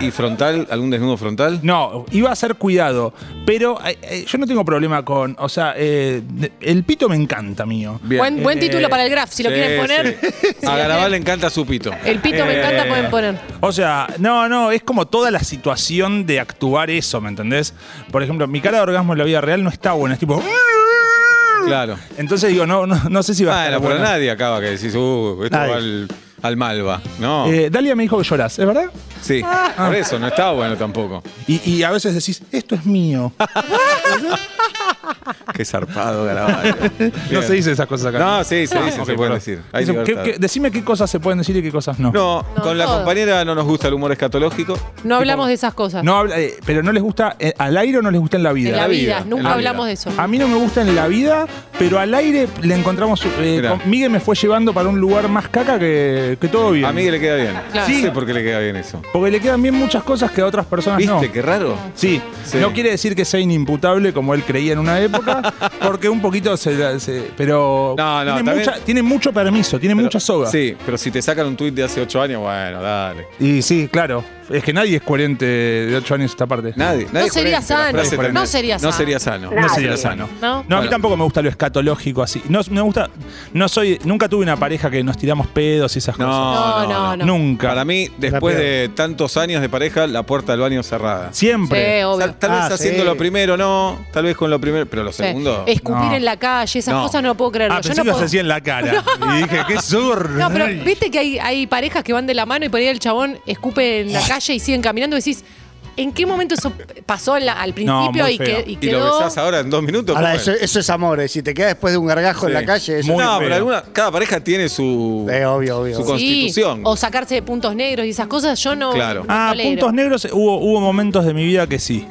H: ¿y, y frontal? ¿Algún desnudo frontal?
D: No, iba a ser cuidado, pero eh, eh, yo no tengo problema con, o sea, eh, de- el pito me encanta mío.
H: Bien.
C: Buen, buen
D: Eh,
C: título para el graph, si lo
H: Sí,
C: quieren poner. Eh.
H: sí. A Garabal le encanta su pito.
C: El pito me encanta, pueden poner.
D: O sea, no, no, es como toda la situación de actuar eso, ¿me entendés? Por ejemplo, mi cara de orgasmo en la vida real no está buena, es tipo...
H: Claro.
D: Entonces digo, no, no, no sé si va a
H: Bueno,
D: estar
H: pero
D: buena.
H: nadie acaba que decís, uh, esto
E: Nadie.
H: va al, al malva. No.
D: Eh, Dalia me dijo que llorás, ¿es verdad?
H: sí.
C: Ah.
H: Por eso, no está bueno tampoco.
D: Y, y a veces decís, esto es mío.
H: Qué zarpado Garabal.
D: no
H: Bien.
D: se dice esas cosas acá.
H: No, sí, se dicen,
D: Ok,
H: se
D: perdón.
H: pueden decir. Hay
D: Eso, ¿qué-
H: libertad.
D: qué- decime qué cosas se pueden decir y qué cosas no.
H: No,
C: No,
H: con la
C: todo.
H: compañera no nos gusta el humor escatológico.
C: No hablamos de esas cosas.
D: No habla- eh, pero no les gusta eh, al aire o no les gusta en la vida.
C: en la
H: la
C: vida,
H: vida,
C: nunca
H: en la
C: hablamos
H: vida.
C: de eso.
D: A mí no me gusta en la vida, pero al aire le encontramos. Eh,
H: Mirá.
D: con- Miguel me fue llevando para un lugar más caca que, que todo bien.
H: A Miguel le queda bien.
C: Claro.
H: Sí. sé por qué le queda bien eso.
D: Porque le quedan bien muchas cosas que a otras personas
H: ¿Viste?
D: Ah, no.
H: Qué raro.
D: Sí.
H: Sí.
D: no quiere decir que sea inimputable como él creía en una época, porque un poquito se. se- pero
H: No, no,
D: tiene,
H: también-
D: mucha- tiene mucho permiso, tiene
H: Pero-
D: mucha soga.
H: Sí, pero si te sacan un tuit de hace ocho años, bueno, dale.
D: Y sí, claro. Es que nadie es coherente de 8 años esta parte.
H: Nadie. nadie es
C: sería
H: coherente,
C: sano,
H: la frase
C: no
H: tremenda.
C: sería
H: No
C: sano.
H: sería sano.
D: No sería sano.
C: ¿No?
D: No, a mí
H: Bueno.
D: tampoco me gusta lo escatológico así. No, me gusta. No soy. Nunca tuve una pareja que nos tiramos pedos y esas
H: No,
D: cosas.
C: No, no, no.
D: Nunca.
H: Para mí, después
E: peor.
H: de tantos años de pareja, la puerta del baño cerrada.
D: Siempre.
C: Sí, obvio.
H: Tal, tal vez
E: Ah,
H: haciendo
E: sí.
H: lo primero, no. Tal vez con lo primero, pero lo
C: Sí.
H: segundo.
C: Escupir
D: No.
C: en la calle, esas
H: No.
C: cosas no lo puedo creer.
D: ah,
C: no,
D: pensé
C: yo
D: que
C: no
D: ibas
C: puedo.
D: así en la cara. Y dije, qué sur.
C: No, pero
D: Ay.
C: viste que hay, hay parejas que van de la mano y por ahí el chabón escupe en la calle y siguen caminando y decís, ¿en qué momento eso pasó en la- al principio
D: muy
C: y,
D: feo.
C: que- y
H: y lo
C: quedó?
H: besás ahora en dos minutos.
E: Ahora,
H: ¿cómo
E: eso,
H: es?
E: eso es amor. eh. Si te quedas después de un gargajo en
H: Sí.
E: la calle, eso
D: Muy
H: no,
D: feo.
H: pero alguna, cada pareja tiene su.
E: es obvio, obvio.
H: Su
E: obvio.
C: Sí,
H: constitución.
C: o sacarse de puntos negros y esas cosas, yo no.
H: Claro.
C: no
D: Ah,
C: tolero.
D: puntos negros. Hubo, hubo momentos de mi vida que sí.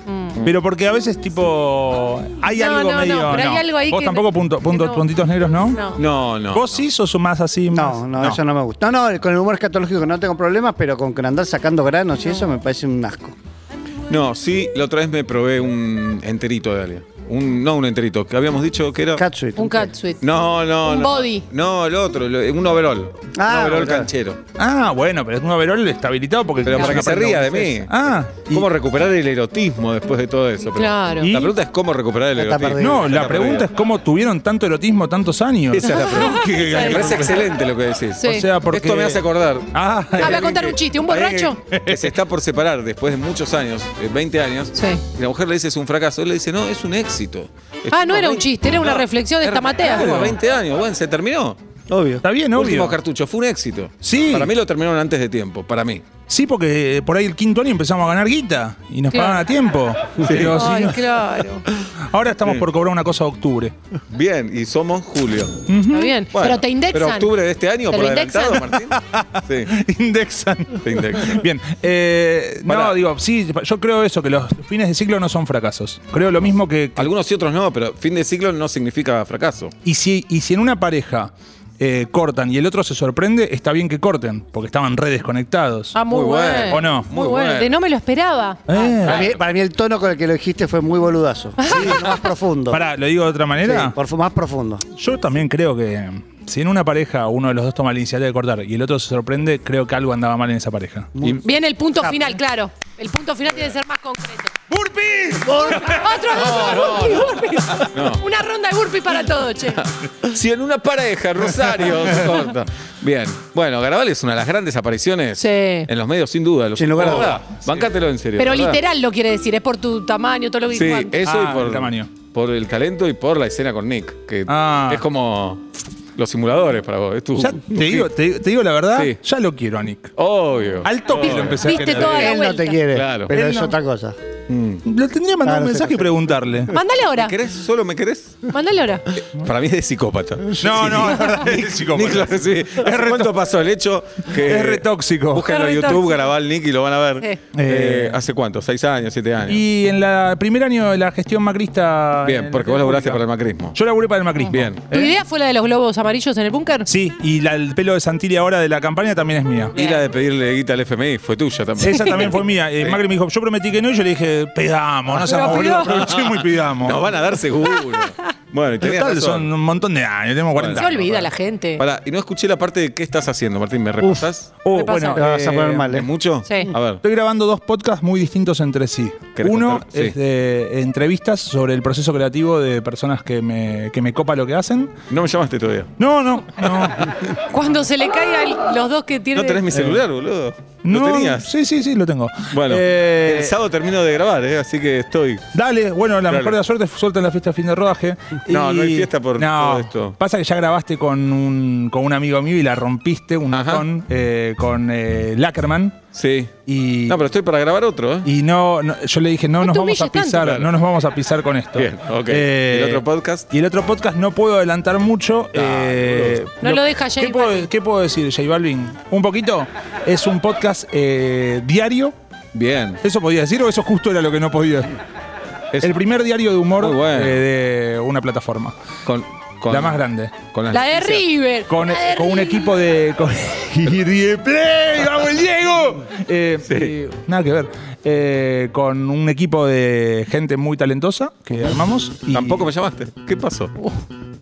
D: Pero porque a veces, tipo. Hay
C: Mm. No,
D: algo
C: no, no,
D: medio.
C: pero hay algo ahí
D: Vos
C: que
D: tampoco
C: no-
D: punto- punto-
C: que no-
D: puntitos negros, ¿no?
C: No.
H: No, no.
D: ¿Vos sí sos más así?
E: No,
D: más-
E: no, eso no me gusta. No, no, con el humor escatológico no tengo problemas, pero con que andar sacando granos y eso me parece un asco.
H: No, sí, la otra vez me probé un enterito de alguien. Un, no un enterito, que habíamos dicho que era.
E: Catsuit.
C: Un catsuit.
H: No, no,
C: Un
H: no.
C: body.
H: No, el otro, lo- un overall.
E: Ah,
H: un overall
E: claro.
H: canchero.
D: Ah, bueno, pero es un overol está habilitado porque.
H: Pero para que se ría de mí.
D: Ah, y-
H: ¿Cómo recuperar el erotismo después de todo eso? Pero
C: Claro.
D: ¿Y?
H: La pregunta es cómo recuperar el
E: Ya está
H: erotismo.
E: perdido.
D: No,
H: Ya
D: la
H: está
D: pregunta es
H: perdido.
D: cómo tuvieron tanto erotismo tantos años.
H: Esa es la pregunta. Me parece excelente lo que decís.
C: Sí.
D: O sea, porque...
H: Esto me hace acordar.
D: Ah,
C: Ah, voy a contar un chiste. ¿Un borracho?
H: Que se está por separar después de muchos años, eh, 20 años.
C: Sí.
H: Y la mujer le dice es un fracaso. Él le dice, no, es un éxito.
C: Ah, no
H: Estuvimos
C: era un
H: 20
C: chiste, era una reflexión de
H: era-
C: Estamatea.
H: claro, 20 años, bueno, se terminó.
E: Obvio.
D: está bien,
H: Último
D: obvio.
H: cartucho, fue un éxito.
D: Sí.
H: Para mí lo terminaron antes de tiempo, para mí.
D: Sí, porque eh, por ahí el quinto año empezamos a ganar guita y nos
C: Claro.
D: pagaban a tiempo. Pero si
C: Ay,
D: no-
C: claro.
D: Ahora estamos por cobrar una cosa de octubre.
H: Bien, y somos Julio.
C: Está bien.
H: Bueno,
C: pero te indexan.
H: Pero octubre de este año,
C: ¿Te
H: por
C: lo
H: adelantado,
C: indexan?
H: Martín. Sí,
D: Indexan.
H: te indexan.
D: Bien, eh,
H: Pará.
D: no, digo, sí, yo creo eso, que los fines de ciclo no son fracasos. Creo lo mismo que,
H: Algunos y otros no, pero fin de ciclo no significa fracaso.
D: Y si, y si en una pareja eh, cortan y el otro se sorprende, está bien que corten, porque estaban re desconectados.
C: Ah, muy,
H: Muy
C: bueno.
H: bueno.
D: ¿O no?
C: Muy,
H: Muy
C: bueno.
H: bueno.
C: De no me lo esperaba. Ah.
E: Para
D: Eh,
E: mí, para mí el tono con el que lo dijiste fue muy boludazo. Sí, no, más profundo.
D: pará, ¿lo digo de otra
E: Sí,
D: manera?
E: por fu- más profundo.
D: Yo también creo que si en una pareja uno de los dos toma la iniciativa de cortar y el otro se sorprende, creo que algo andaba mal en esa pareja.
C: Viene el punto final, claro. El punto final tiene que ser más concreto.
D: ¡Burpees!
C: Otro, otro, burpee, burpee. Una ronda de burpees para todo, che.
H: Si en una pareja, Rosario. se corta. Bien. Bueno, Garabal es una de las grandes apariciones
C: Sí.
H: en los medios, sin duda. Los-
E: Sin lugar a
H: ¿Verdad? Bancátelo en serio.
C: Pero
H: ¿verdad?
C: literal lo quiere decir, es por tu tamaño, todo lo que
H: Sí,
C: cuanto.
H: eso
D: Ah,
H: y por
D: el tamaño.
H: Por el talento y por la escena con Nick. Que
D: Ah.
H: es como los simuladores para vos. Es tu-
D: Ya te digo, te, te digo la verdad,
H: Sí.
D: ya lo quiero a Nick.
H: Obvio.
D: Al toque
H: Obvio.
D: lo empecé a
C: Viste
D: querer.
C: toda la
E: Él no
C: vuelta.
E: te quiere,
H: Claro.
E: pero
D: Él
E: es
D: no.
E: otra cosa.
D: Le tendría que mandar
E: Claro,
D: un
E: sí,
D: mensaje y
E: perfecto.
D: preguntarle.
C: Mándale ahora.
H: ¿Me querés? ¿Solo me querés?
C: Mándale ahora.
H: Para mí es de psicópata.
D: No, no, es verdad, es psicópata.
H: Nick lo- sí. ¿Hace
D: re
H: ¿Cuánto pasó el hecho? Que
D: Es re tóxico.
C: Es
H: Búsquenlo en
C: re
H: YouTube,
C: tóxico.
H: Garabal Nick y lo van a ver.
C: Sí.
H: Eh, ¿Hace cuánto? ¿Seis años? ¿Siete años?
D: Y en la primer año de la gestión macrista. en
H: Bien,
D: la
H: porque vos laburaste para
D: República.
H: el macrismo.
D: Yo laburé para el macrismo.
H: Bien.
C: ¿Tu idea fue la de los globos amarillos en el búnker?
D: Sí, y la- el pelo de Santilli ahora de la campaña también es mía.
H: Y la de pedirle guita al FMI fue tuya también.
D: Esa también fue mía. Eh, Macri me dijo, yo prometí que no, y yo le dije, pidamos, no seamos
C: Pero
D: boludos,
C: pidió.
D: aprovechemos y pidamos.
H: Nos van a dar seguro. bueno, y tenías
D: Total,
H: razón.
D: son un montón de años, tenemos 40
C: Se
D: años.
C: olvida la gente.
H: Pará, y no escuché la parte de qué estás haciendo, Martín. ¿Me repasás?
D: Oh,
C: ¿Qué pasa?
D: bueno,
E: Te vas a
D: eh,
E: poner mal,
H: ¿Es
E: ¿eh?
H: mucho?
C: Sí.
H: A ver.
D: Estoy grabando dos podcasts muy distintos entre sí.
H: ¿Querés
D: Uno
H: contar?
D: es
H: Sí.
D: de entrevistas sobre el proceso creativo de personas que me, que me copa lo que hacen.
H: No me llamaste todavía.
D: No, no, no.
C: Cuando se le caigan los dos que tiene.
H: No tenés mi celular, boludo.
D: no
H: ¿Lo tenías?
D: Sí, sí, sí, lo tengo.
H: Bueno,
D: Eh,
H: el sábado termino de grabar, ¿eh? así que estoy.
D: Dale, bueno, la
H: Dale.
D: mejor de la suerte suelta en la fiesta de fin de rodaje.
H: No,
D: Y-
H: no hay fiesta por todo esto.
D: Pasa que ya grabaste con un, con un amigo mío y la rompiste un
H: Ajá.
D: montón eh, con eh, Lackerman.
H: Sí.
D: Y
H: No, pero estoy para grabar otro, ¿eh?
D: y no, no- yo le dije, no,
C: No
D: nos
C: te
D: vamos a
C: humilles Pues tanto.
D: pisar,
H: Claro.
D: no nos vamos a pisar con esto. Eh,
H: Bien, ok. ¿Y el otro podcast? Ah,
D: Y el otro podcast no puedo adelantar mucho. eh,
C: No lo deja J
D: ¿qué puedo,
C: Balvin.
D: ¿Qué puedo decir, J Balvin? Un poquito. Es un podcast eh, diario.
H: Bien.
D: ¿Eso podía decir o eso justo era lo que no podía decir?
H: Es
D: El primer diario de humor
H: Muy bueno.
D: eh, de una plataforma.
H: con, con-
D: la más grande.
H: Con las
C: La de
H: noticias.
C: River.
D: Con,
C: La de
D: con un
C: River.
D: equipo de. con- y de play, ¡Vamos, el Diego! Eh, eh, nada que ver. Eh, con un equipo de gente muy talentosa que armamos. y-
H: Tampoco me llamaste. ¿Qué pasó?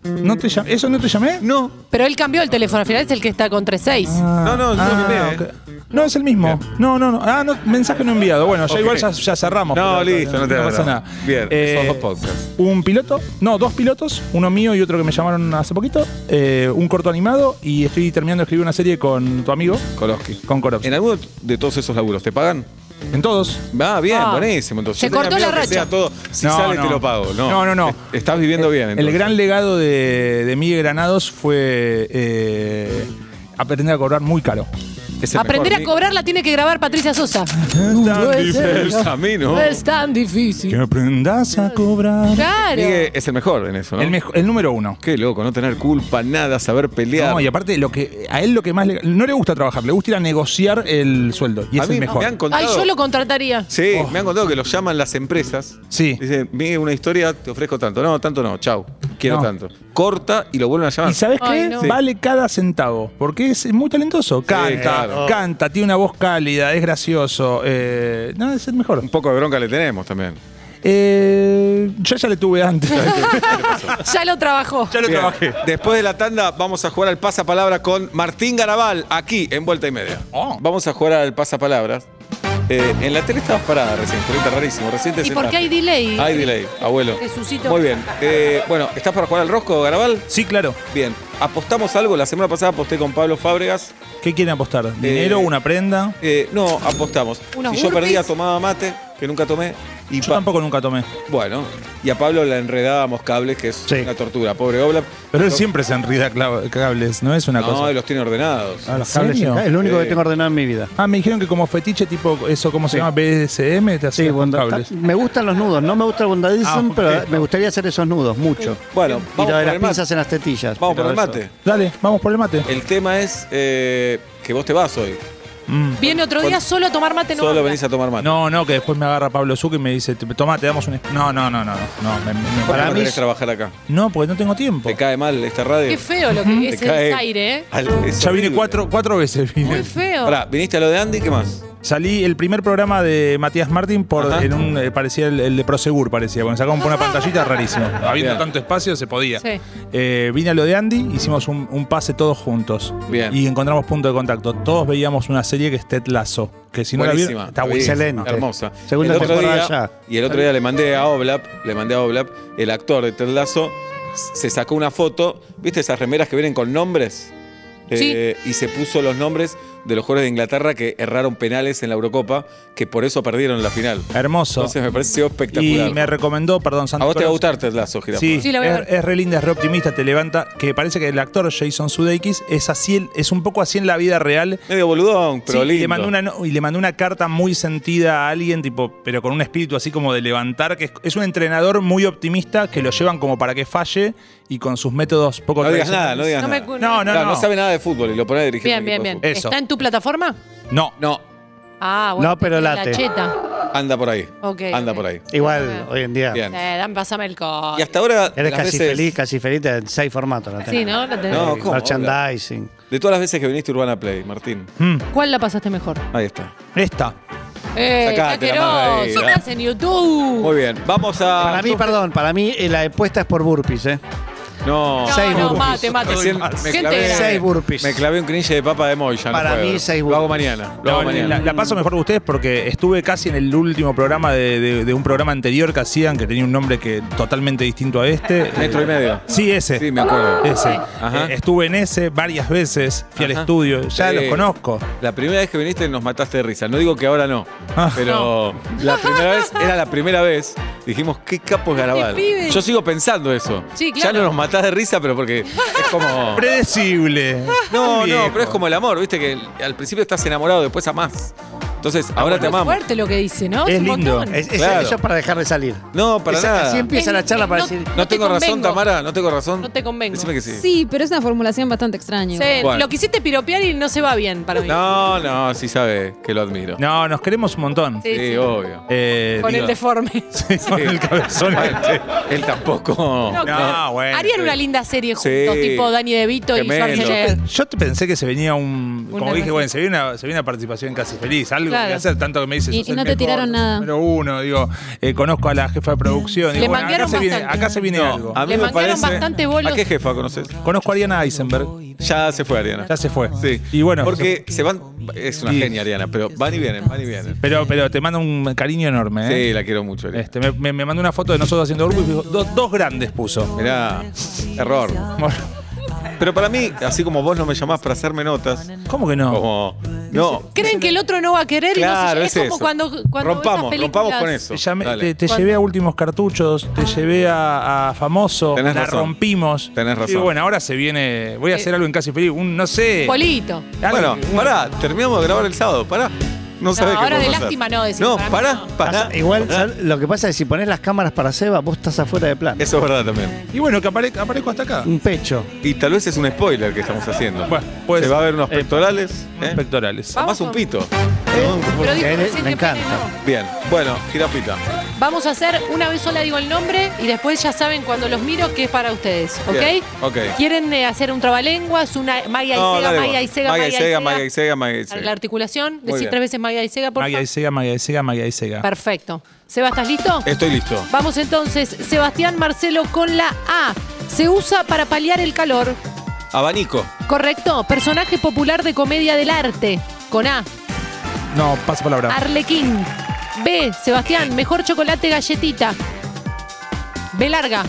D: ¿No te llam- ¿Eso no te llamé?
H: No.
C: Pero él cambió el teléfono, al final es el que está con 36.
H: No, no, yo
D: Ah,
H: miré, ¿eh?
D: ok. No, es el mismo. No, no, no. Ah, no, mensaje no enviado. Bueno, ya
H: Ok.
D: igual ya, ya cerramos.
H: No,
D: pero-
H: listo, no te
D: pasa
H: agarramos.
D: nada.
H: Bien,
D: Eh,
H: son dos podcasts.
D: Un piloto, no, dos pilotos, uno mío y otro que me llamaron hace poquito. eh, un corto animado y estoy terminando de escribir una serie con tu amigo,
H: Koloski.
D: con Corops.
H: ¿En alguno de todos esos laburos te pagan?
D: En todos.
H: Va, bien,
C: Ah.
H: buenísimo. Entonces,
C: Se
H: yo tenía
C: cortó la
H: miedo que
C: racha.
H: sea todo, si
D: No,
H: sale,
D: no.
H: te lo pago. No,
D: No, no, no.
H: Es- Estás viviendo bien.
D: El
H: entonces.
D: gran legado de, de Miguel Granados fue eh, aprender a cobrar muy caro.
H: Es el
C: Aprender a
H: mejor.
C: cobrar la tiene que grabar Patricia Sosa.
D: tan
C: puede ser.
H: Es a mí, ¿no?
C: No es tan difícil.
D: Que aprendas a cobrar.
C: Claro.
H: Miguel es el mejor en eso, ¿no?
D: El, mejo- el número uno.
H: Qué loco, no tener culpa, nada, saber pelear.
D: No, y aparte lo que a él lo que más le, no le gusta trabajar, le gusta ir a negociar el sueldo y
H: a
D: es
H: mí
D: el mejor. Oh.
H: me han
C: Ay,
H: contado.
C: yo lo contrataría.
H: Sí, me han contado que los llaman las empresas.
D: Sí.
H: Dicen, mire una historia, te ofrezco tanto. No, tanto no, chau, quiero
D: No.
H: tanto. Corta y lo vuelven a llamar.
D: ¿Y sabes qué?
C: Ay, no. Sí.
D: Vale cada centavo, porque es muy talentoso. Canta,
H: claro.
D: canta, tiene una voz cálida, es gracioso. eh, no, es el mejor.
H: Un poco de bronca le tenemos también.
D: Eh, yo ya le tuve antes.
C: Ya lo trabajó.
D: ya lo
H: Bien.
D: trabajé.
H: Después de la tanda vamos a jugar al pasapalabra con Martín Garabal, aquí en Vuelta y Media.
D: Oh.
H: Vamos a jugar al pasapalabra. Eh, en la tele estabas parada recién, Julieta, rarísimo. Recién te
C: ¿Y por qué
H: sentaste.
C: hay delay?
H: Hay delay, abuelo.
C: Jesucito.
H: Muy bien. Eh, bueno, ¿estás para jugar al rosco, Garabal?
D: Sí, claro.
H: Bien. Apostamos algo. La semana pasada aposté con Pablo Fábregas.
D: ¿Qué quieren apostar? ¿Dinero?
H: Eh,
D: ¿Una prenda?
H: Eh, no, apostamos.
C: ¿Unos
H: si yo perdía,
C: burpees?
H: tomaba mate, que nunca tomé. Y
D: Yo
H: pa-
D: tampoco nunca tomé.
H: Bueno, y a Pablo la enredábamos cables, que es
E: Sí.
H: una tortura. Pobre Obla.
D: Pero él siempre se enrida clav- cables, no es una
H: no,
D: cosa.
H: él los tiene ordenados.
D: ¿En
E: Los cables
D: serio?
E: acá, Es lo único
H: Eh.
E: que tengo ordenado en mi vida.
D: Ah, me dijeron que como fetiche tipo eso, ¿cómo se llama? BSM, te
E: Sí,
D: hacían
E: bondad-
D: cables.
E: Me gustan los nudos, no me gusta el bondadism,
D: Ah, ok.
E: pero me gustaría hacer esos nudos, mucho.
H: Bueno,
E: Y
H: vamos
E: lo
H: por
E: de las
H: el mate.
E: pinzas en las tetillas.
H: Vamos
E: pero
H: por el
E: eso.
H: mate.
D: Dale, vamos por el mate.
H: El tema es eh, que vos te vas hoy.
D: Mm.
C: Viene otro día solo a tomar mate. no
H: Solo
C: habla.
H: venís a tomar mate.
D: No, no, que después me agarra Pablo Zucca y me dice, toma, te damos un... es-". No, no, no, no, no. me- me- me-
H: ¿Por qué
D: para
H: no
D: mí...
H: querés trabajar acá?
D: No, porque no tengo tiempo.
H: ¿Te cae mal esta radio?
C: Qué feo lo que es
H: Te cae-
C: el aire, ¿eh?
H: Al- es
D: Ya vine
H: horrible.
D: cuatro, cuatro veces. Vine.
C: Muy feo.
H: Pará, viniste a lo de Andy, ¿qué más?
D: Salí el primer programa de Matías Martín por
H: Ajá.
D: en un eh, parecía el, el de Prosegur parecía, cuando sacaban por una pantallita rarísimo. Habiendo
H: Bien.
D: tanto espacio se podía.
C: Sí.
D: Eh, vine a lo de Andy, hicimos un, un pase todos juntos
H: Bien.
D: y encontramos punto de contacto. Todos veíamos una serie que es Ted Lasso, que si no la
H: buenísima.
D: vieron está buenísima.
E: Excelente.
H: Hermosa.
E: Segunda
H: el otro
E: temporada
H: día,
E: ya.
H: Y el otro día le mandé a Oblap, le mandé a Oblap, el actor de Ted Lasso, se sacó una foto, ¿viste esas remeras que vienen con nombres?
C: Sí.
H: eh, y se puso los nombres de los jugadores de Inglaterra que erraron penales en la Eurocopa, que por eso perdieron la final.
D: Hermoso.
H: Entonces me pareció espectacular.
D: Y me recomendó, perdón,
H: a
D: Santi.
H: vos te va a
D: Colás.
H: gustar Ted Lasso, Jirafa.
D: Sí,
C: Sí, la voy a ver.
D: es, es re linda, es re optimista, te levanta. Que parece que el actor Jason Sudeikis es así, el- es un poco así en la vida real.
H: Medio boludón, pero
D: Sí, y
H: lindo.
D: le mandó una no- y le mandó una carta muy sentida a alguien, tipo, pero con un espíritu así como de levantar, que es, es un entrenador muy optimista que lo llevan como para que falle y con sus métodos poco
H: No digas nada,
D: tradicionales.
H: no digas
C: No me
H: nada.
C: cu-
D: No, no,
H: Claro,
D: no.
H: no sabe nada de fútbol y lo pone a dirigir.
C: Bien,
H: un
C: bien,
H: equipo de
C: bien.
H: fútbol.
D: Eso.
C: ¿Está en tu plataforma?
D: No.
H: No,
C: Ah, bueno.
E: No, pero
C: tiene
E: late.
C: La cheta.
H: anda por ahí.
C: Ok,
H: Anda
C: ok.
H: por ahí.
E: Igual,
C: Ah.
E: hoy en día.
H: Bien.
C: Eh, dame, pásame el co.
H: Y hasta ahora.
E: Eres
H: las
E: casi
H: veces-
E: feliz, casi feliz te- en seis formatos. la
C: Sí,
E: tenés.
C: ¿no? La tenés.
H: No,
E: Eh,
H: ¿cómo? Ah,
E: Merchandising.
H: De todas las veces que viniste a Urbana Play, Martín.
D: Mm,
C: ¿Cuál la pasaste mejor?
H: Ahí está.
D: esta.
C: Eh,
H: Sacate la
C: asqueroso,
H: mano de ahí, ¿verdad?
C: estás en YouTube.
H: Muy bien. Vamos a.
E: Para mí, perdón, para mí eh, la apuesta es por burpees, ¿eh?
H: No.
C: No,
E: Seis
C: no,
E: burpees.
C: mate, mate.
H: Recién me
C: Gente
H: clavé-
C: grande.
E: Seis burpees.
H: Me clavé un cringe de papa de Moya. no
E: Para
H: puedo.
E: mí, seis
H: Lo hago
E: burpees.
H: mañana. Lo
D: No,
H: hago
D: la,
H: mañana.
D: la paso mejor que ustedes porque estuve casi en el último programa de, de- de un programa anterior que hacían, que tenía un nombre que totalmente distinto a este.
H: Metro y medio.
D: Sí, ese.
H: Sí, me acuerdo.
D: Ese.
H: Ajá.
D: Eh, estuve en ese varias veces, fui al
H: Ajá.
D: estudio, ya
H: Sí.
D: los conozco.
H: La primera vez que viniste nos mataste de risa. No digo que ahora no,
D: Ah.
H: pero la primera vez era la primera vez. Dijimos, qué capo es Garabal.
C: Este pibe.
H: Yo sigo pensando eso.
C: Sí,
H: Ya
C: claro.
H: no nos matás de risa, pero porque es como.
D: Predecible.
H: No,
D: Un
H: no,
D: viejo.
H: pero es como el amor, viste que al principio estás enamorado, después amás. Entonces, ahora te
C: Es
H: amamos.
C: fuerte lo que dice, ¿no?
D: Es
C: un
D: lindo.
C: montón.
E: Es- es-
H: Claro. Ah.
E: Eso es para dejar de salir.
H: No, para
E: Es-
H: nada.
E: Así empieza
G: Es-
E: la charla
G: es-
E: para
C: no-
E: decir.
H: No,
C: No te
H: tengo razón,
C: convengo.
H: Tamara, no tengo razón.
C: No te convengo.
H: Decime que sí.
G: Sí, pero es una formulación bastante extraña.
C: Sí,
H: Bueno.
C: Lo quisiste piropear y no se va bien para mí.
H: No, no, sí sabe que lo admiro.
D: No, nos queremos un montón.
C: Sí,
H: sí,
C: sí.
H: obvio.
D: Eh,
C: Con el
H: digo.
C: deforme.
D: sí, con el cabezón
H: Bueno,
D: este.
H: él tampoco.
C: No,
D: No, bueno.
C: Harían una linda serie juntos,
H: Sí.
C: tipo Dani DeVito y
H: Gemelos.
C: Schwarzenegger.
D: Yo te pensé que se venía un.
C: Una
D: como
C: relación.
D: dije, bueno, se viene una, se viene una participación casi feliz, algo que
C: Claro.
D: hacer, tanto que me dices.
G: Y-
D: sos
G: y
D: el
G: no te
D: mejor,
G: tiraron nada.
D: Número uno, digo, eh, conozco a la jefa de producción.
C: Le
D: digo, bueno, acá
C: manguearon
D: se viene,
C: bastante.
D: acá se viene
H: No,
D: algo.
H: a mí
C: Le
H: me
C: mangaron
H: parece-
C: bastante bolos.
H: ¿A qué jefa conoces?
D: Conozco a Ariana Eisenberg.
H: Ya se fue Ariana.
D: Ya se fue.
H: Sí.
D: Y bueno.
H: Porque se van. Es una genia, Ariana, pero van y vienen, van y vienen.
D: Pero, pero te mando un cariño enorme, ¿eh?
H: Sí, la quiero mucho, Ariana.
D: Este, me, me, me mandó una foto de nosotros haciendo grupo y dijo, "Do- dos grandes puso.
H: Mirá, error. Pero para mí, así como vos no me llamás para hacerme notas,
D: ¿Cómo que no?
H: como. No.
C: Creen que el otro no va a querer y
H: Claro,
C: no
H: es
C: se... Es como
H: eso.
C: cuando, cuando esas
H: rompamos,
C: películas-
H: rompamos con
D: Te,
H: eso.
D: llamé-
H: Dale.
D: te- te
C: ¿Cuándo?
D: llevé a últimos cartuchos, te llevé a, a famoso,
H: Tenés
D: la
H: razón.
D: rompimos.
H: Tenés
D: Y
H: razón.
D: bueno, ahora se viene. Voy a hacer algo en Casi Feliz, un, no sé.
C: Polito.
D: algo,
H: Bueno,
D: un-
H: pará, terminamos de grabar el sábado, pará. No sabés qué
C: ahora de
H: podemos hacer.
C: lástima no decís,
H: No,
C: para mí
H: pará,
C: no.
H: pará.
E: Pasa-
H: Ah.
E: igual, ¿sabes? lo que pasa es que si pones las cámaras para Seba, vos estás afuera de plan.
H: Eso es verdad también.
D: Y bueno, que apare- aparezco hasta acá.
E: Un pecho.
H: Y tal vez es un spoiler que estamos haciendo.
D: Bueno, puede
H: Se
D: ser.
H: va a ver unos pectorales. ¿eh?
D: Pectorales.
C: Va-
H: Más
C: Vamos
H: un
C: con-
H: pito.
C: Pero dijo
E: Porque
C: recién
E: me
C: que pene
E: encanta.
C: no.
H: Bien, bueno, girafita.
C: Vamos a hacer una vez sola digo el nombre y después ya saben cuando los miro que es para ustedes, ¿ok?
H: Bien, ok.
C: ¿Quieren eh, hacer un trabalenguas, una Maya y Sega,
H: dale
C: Maya y
H: vos.
C: Sega,
H: Maga y Sega, Maga
C: Sega?
H: y Sega, Maga y
C: Para La
H: Sega.
C: articulación,
H: Muy
C: decir
H: bien.
C: tres veces Maya y Sega, por
D: Magia y
C: favor.
D: Sega, Magia y Sega, Magia y Sega.
C: Perfecto. Seba, ¿estás listo?
H: Estoy listo.
C: Vamos entonces, Sebastián Marcelo con la A. Se usa para paliar el calor.
H: Abanico.
C: Correcto. Personaje popular de comedia del arte. Con A.
D: No, paso palabra.
C: Arlequín. B. Sebastián. Mejor chocolate galletita. B larga.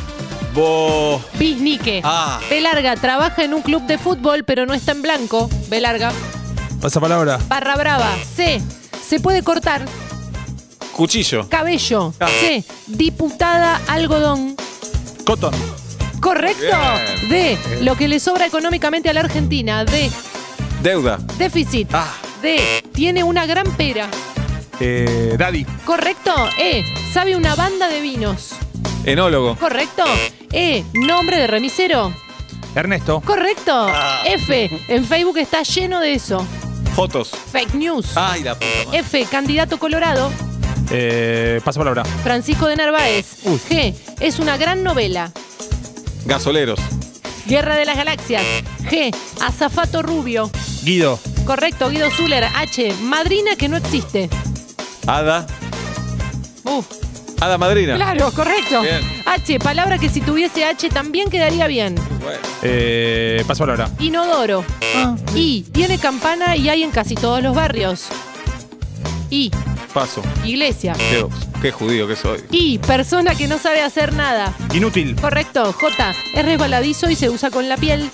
H: Bo.
C: Bisnique.
H: Ah.
C: B larga. Trabaja en un club de fútbol, pero no está en blanco. B larga.
D: Pasa palabra.
C: Barra brava. C. Se puede cortar.
H: Cuchillo.
C: Cabello.
H: Ah.
C: C. Diputada algodón.
D: Cotton.
C: Correcto. D. Lo que le sobra económicamente a la Argentina. D.
H: Deuda.
C: Déficit.
H: Ah.
C: D. Tiene una gran pera.
D: Eh, Daddy.
C: Correcto. E. Sabe una banda de vinos.
H: Enólogo.
C: Correcto. E. Nombre de remisero.
D: Ernesto.
C: Correcto. F. En Facebook está lleno de eso.
H: Fotos.
C: Fake news.
H: Ay, la puta madre.
C: F. Candidato Colorado.
D: Eh, paso palabra.
C: Francisco de Narváez.
D: Uy.
C: G. Es una gran novela.
H: Gasoleros.
C: Guerra de las Galaxias. G. Azafato Rubio.
D: Guido.
C: Correcto. Guido Zuller. H. Madrina que no existe.
H: Ada.
C: Uh,
H: Ada Madrina.
C: claro, correcto.
H: Bien.
C: H. Palabra que si tuviese H también quedaría bien.
H: Bueno.
D: Eh, paso palabra.
C: Inodoro.
E: Ah.
C: I. Tiene campana y hay en casi todos los barrios. I.
H: Paso.
C: Iglesia.
H: Dios, qué judío que soy.
C: I. Persona que no sabe hacer nada.
D: Inútil.
C: Correcto. J. Es resbaladizo y se usa con la piel.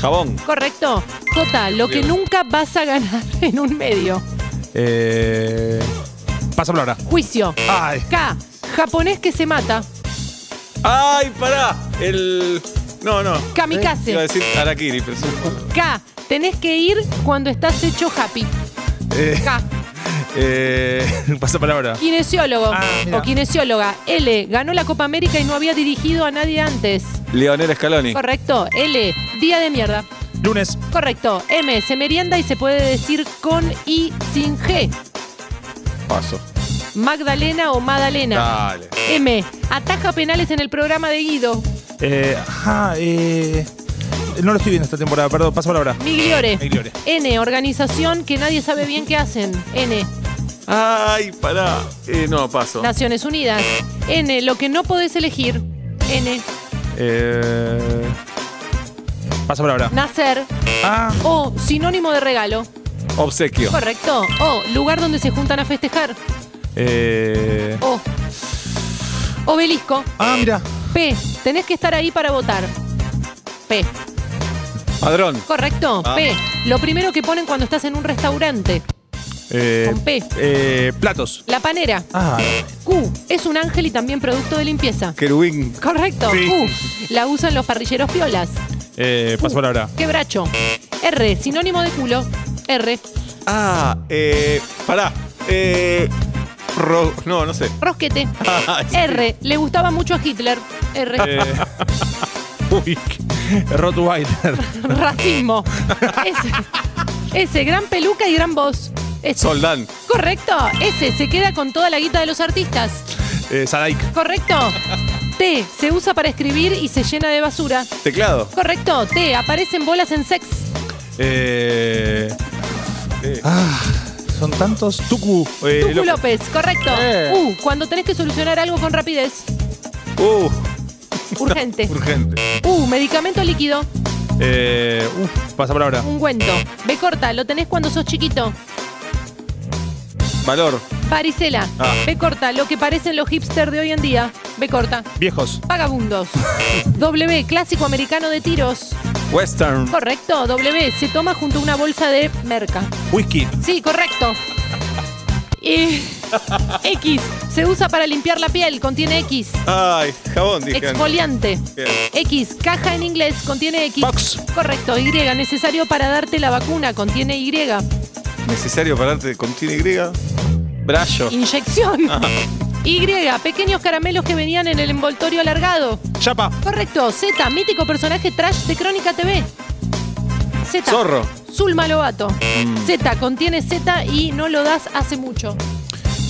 H: Jabón.
C: Correcto. Jota, lo que
H: Bien.
C: nunca vas a ganar en un medio.
D: Eh, pasa palabra.
C: Juicio.
D: Ay.
C: K. Japonés que se mata.
H: ¡Ay, pará! El. No, no. Iba a
D: Eh,
C: Kamikaze.
H: decir Arakiri, pero. sí.
C: K. Tenés que ir cuando estás hecho happy.
D: Eh,
C: K.
D: eh, pasa palabra.
C: Kinesiólogo
D: Ah, mira.
C: o kinesióloga. L. Ganó la Copa América y no había dirigido a nadie antes.
H: Leonel Scaloni.
C: Correcto. L. Día de mierda.
D: Lunes.
C: Correcto. M. Se merienda y se puede decir con y sin G.
H: Paso. Ah.
C: Magdalena o Madalena.
H: Dale.
C: M. Ataja penales en el programa de Guido.
D: Eh, ajá, eh, no lo estoy viendo esta temporada, perdón, pasa palabra.
C: Migliore.
D: Migliore.
C: N. Organización que nadie sabe bien qué hacen. N.
H: ¡Ay, pará! Eh, no, paso.
C: Naciones Unidas. N. Lo que no podés elegir. N.
D: Eh, pasa palabra.
C: Nacer.
D: Ah,
C: O. Sinónimo de regalo.
H: Obsequio.
C: Correcto. O. Lugar donde se juntan a festejar.
D: eh,
C: O. Obelisco.
D: ah, mira.
C: P. Tenés que estar ahí para votar. P.
H: Padrón.
C: Correcto.
H: Ah.
C: P. Lo primero que ponen cuando estás en un restaurante.
D: Eh,
C: Con P.
D: eh, platos.
C: La panera.
D: Ah,
C: Q. Es un ángel y también producto de limpieza.
H: Querubín.
C: Correcto.
D: Sí.
C: Q. La usan los parrilleros piolas.
D: eh, pasa palabra.
C: Quebracho. R. Sinónimo de culo. R.
H: Ah, eh. Pará. Eh. ro- no, no sé.
C: Rosquete.
H: Ay, sí.
C: R. Le gustaba mucho a Hitler. R.
D: Eh,
C: Uh.
D: uy, Rottweiler.
C: Racismo. S. S. Gran peluca y gran voz. S.
H: Soldán.
C: Correcto. S. Se queda con toda la guita de los artistas.
D: Eh, Sadaik.
C: Correcto. T. Se usa para escribir y se llena de basura.
H: Teclado.
C: Correcto. T. Aparecen bolas en sex.
D: Eh, ah, son tantos. Tucu. eh,
C: Tucu López.
D: López.
C: Correcto.
D: Eh.
C: U. Cuando tenés que solucionar algo con rapidez.
H: Uh,
C: Urgente.
H: urgente.
C: U. Medicamento líquido.
D: Eh, uf, pasa palabra.
C: Ungüento. B corta. Lo tenés cuando sos chiquito.
H: Valor.
C: Varicela.
H: Ah.
C: B corta. Lo que parecen los hipsters de hoy en día. B corta.
D: Viejos.
C: Vagabundos. W. Clásico americano de tiros.
H: Western.
C: Correcto. W. Se toma junto a una bolsa de merca.
D: Whisky.
C: Sí, correcto. Y X. Se usa para limpiar la piel. Contiene X.
H: Ay, jabón, dije.
C: Exfoliante.
H: Bien.
C: X. Caja en inglés. Contiene X.
D: Box.
C: Correcto. Y. Necesario para darte la vacuna. Contiene Y.
H: Necesario pararte con tira Y. Brazo.
C: Inyección. Y. Pequeños caramelos que venían en el envoltorio alargado.
D: Chapa.
C: Correcto. Z. Mítico personaje trash de Crónica TV. Z.
H: Zorro.
C: Zulma Lobato. Z. Contiene Z y no lo das hace mucho.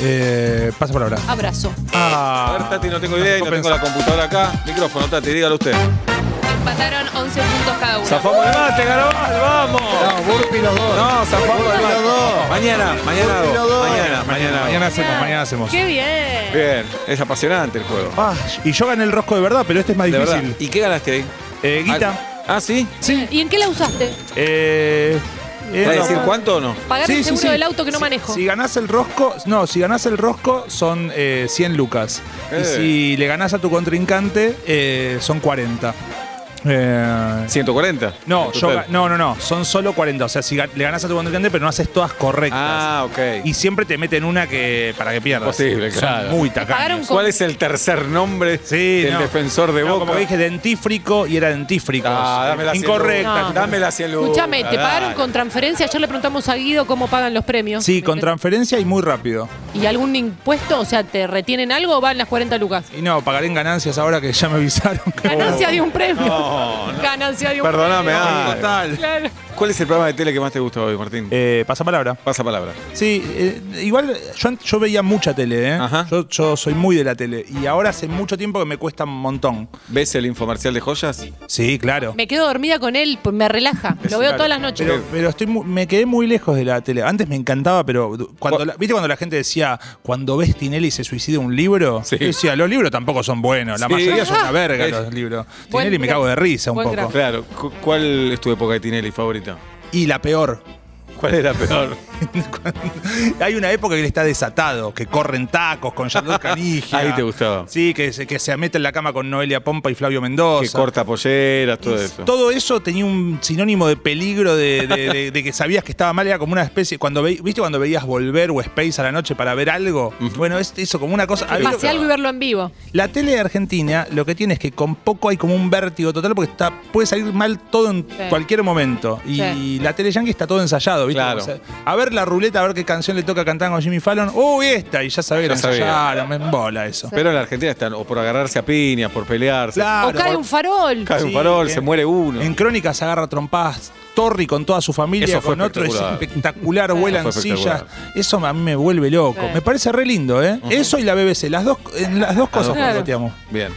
D: Eh, pasa palabra.
C: Abrazo.
D: Ah,
H: A ver, Tati, no tengo idea y no tengo la computadora acá. Micrófono, Tati, dígalo usted.
G: Empataron 11 puntos cada uno.
H: Zafamos de mate, Garabal, vamos.
E: No, Burpi los dos.
H: No, zafamos de mate. Mañana, mañana hago.
E: Uno, dos.
H: Mañana, mañana. hago.
D: Mañana hacemos, pues, mañana hacemos.
C: ¡Qué bien!
H: Bien, es apasionante el juego.
D: Ah, y yo gané el rosco de verdad, pero este es más
H: De verdad.
D: difícil.
H: ¿Y qué ganaste ahí?
D: Eh, guita.
H: Ah, ¿sí?
D: Sí.
C: ¿Y en qué la usaste?
D: Eh,
H: ¿Vas a
D: era-
H: decir cuánto o no?
C: Pagar
D: Sí,
C: el
D: sí,
C: seguro
D: sí.
C: del auto que no
D: Si-
C: manejo.
D: Si ganás el rosco, no, si ganás el rosco son eh, 100 lucas.
H: Eh.
D: Y si le ganás a tu contrincante, eh, son 40. Eh,
H: 140.
D: no, yo
H: Total.
D: ga- no, no, no, son solo 40. O sea, si ga- le ganás a tu contrincante, pero no haces todas correctas.
H: Ah, ok.
D: Y siempre te meten una que para que pierdas.
H: Posible,
D: Son
H: claro.
D: Muy
C: pagaron
D: tacaños.
C: con-
H: ¿Cuál es el tercer nombre
D: Sí,
H: del
D: no.
H: defensor de
D: No,
H: Boca?
D: Como que dije, dentífrico y era dentífrico.
H: Ah, dame la
D: Incorrecta.
C: No.
H: Dame la 100 lucas.
C: Escúchame, ¿te pagaron
H: dale.
C: con transferencia? Ayer le preguntamos a Guido cómo pagan los premios.
D: Sí, con transferencia y muy rápido.
C: ¿Y algún impuesto? O sea, ¿te retienen algo o van las 40 lucas?
D: Y no, pagaré en ganancias ahora que ya me avisaron. que-
C: Ganancia de un premio.
H: No,
C: Ganancia de un
H: Perdóname,
C: premio.
H: ah.
D: Total.
C: Claro.
H: ¿Cuál es el programa de tele que más te gusta hoy, Martín?
D: Eh, pasa palabra.
H: Pasa palabra.
D: Sí, eh, igual yo, ant- yo veía mucha tele, ¿eh?
H: Ajá.
D: Yo, yo soy muy de la tele. Y ahora hace mucho tiempo que me cuesta un montón.
H: ¿Ves el infomercial de joyas?
D: Sí, claro.
C: Me quedo dormida con él, pues, me relaja.
H: Es
C: Lo veo
H: claro.
C: todas las noches.
D: Pero, pero estoy mu- me quedé muy lejos de la tele. Antes me encantaba, pero du- cuando
H: Cu-
D: la- ¿viste cuando la gente decía, cuando ves Tinelli se suicida un libro?
H: Sí.
D: Yo decía, los libros tampoco son buenos, la
H: Sí.
D: mayoría son una verga
H: Sí.
D: los libros.
C: Buen
D: Tinelli me
C: gra-
D: cago de risa un
C: buen
D: poco.
C: gráfico.
H: Claro. cu- ¿Cuál es tu época de Tinelli favorita?
D: Y la peor,
H: ¿Cuál era peor?
D: Hay una época que él está desatado, que corren tacos con Yardor Canigia.
H: Ahí te gustaba.
D: Sí, que se, que se mete en la cama con Noelia Pompa y Flavio Mendoza.
H: que corta polleras, todo eso.
D: Todo eso tenía un sinónimo de peligro, de, de- de- de que sabías que estaba mal, era como una especie. Cuando ve- ¿Viste cuando veías volver o Space a la noche para ver algo? Bueno, es, hizo como una cosa. había-
G: Pasé algo y verlo en vivo.
D: La tele de Argentina lo que tiene es que con poco hay como un vértigo total porque está, puede salir mal todo en
G: Sí.
D: cualquier momento. Y
G: Sí.
D: la tele yankee está todo ensayado, ¿viste?
H: Claro.
D: O sea, a ver la ruleta, a ver qué canción le toca cantar con Jimmy Fallon. ¡Uy, esta! Y ya sabés que
H: Ya
D: la
H: sabía.
D: ensayaron, me embola eso.
H: Pero en la Argentina están o por agarrarse a piñas, por pelearse.
D: Claro.
C: o cae un farol.
H: Cae un
D: Sí,
H: farol,
D: en-
H: se muere uno.
D: En Crónicas agarra trompadas Torri con toda su familia,
H: Eso fue
D: con otro, es
H: espectacular.
D: espectacular, vuelan
H: Eso fue
D: sillas.
H: espectacular.
D: Eso a mí me vuelve loco.
G: Sí.
D: Me parece re lindo, ¿eh? Eso y la BBC, las dos, en las dos cosas
H: dos
D: cuando
H: cosas.
D: pateamos.
H: Bien.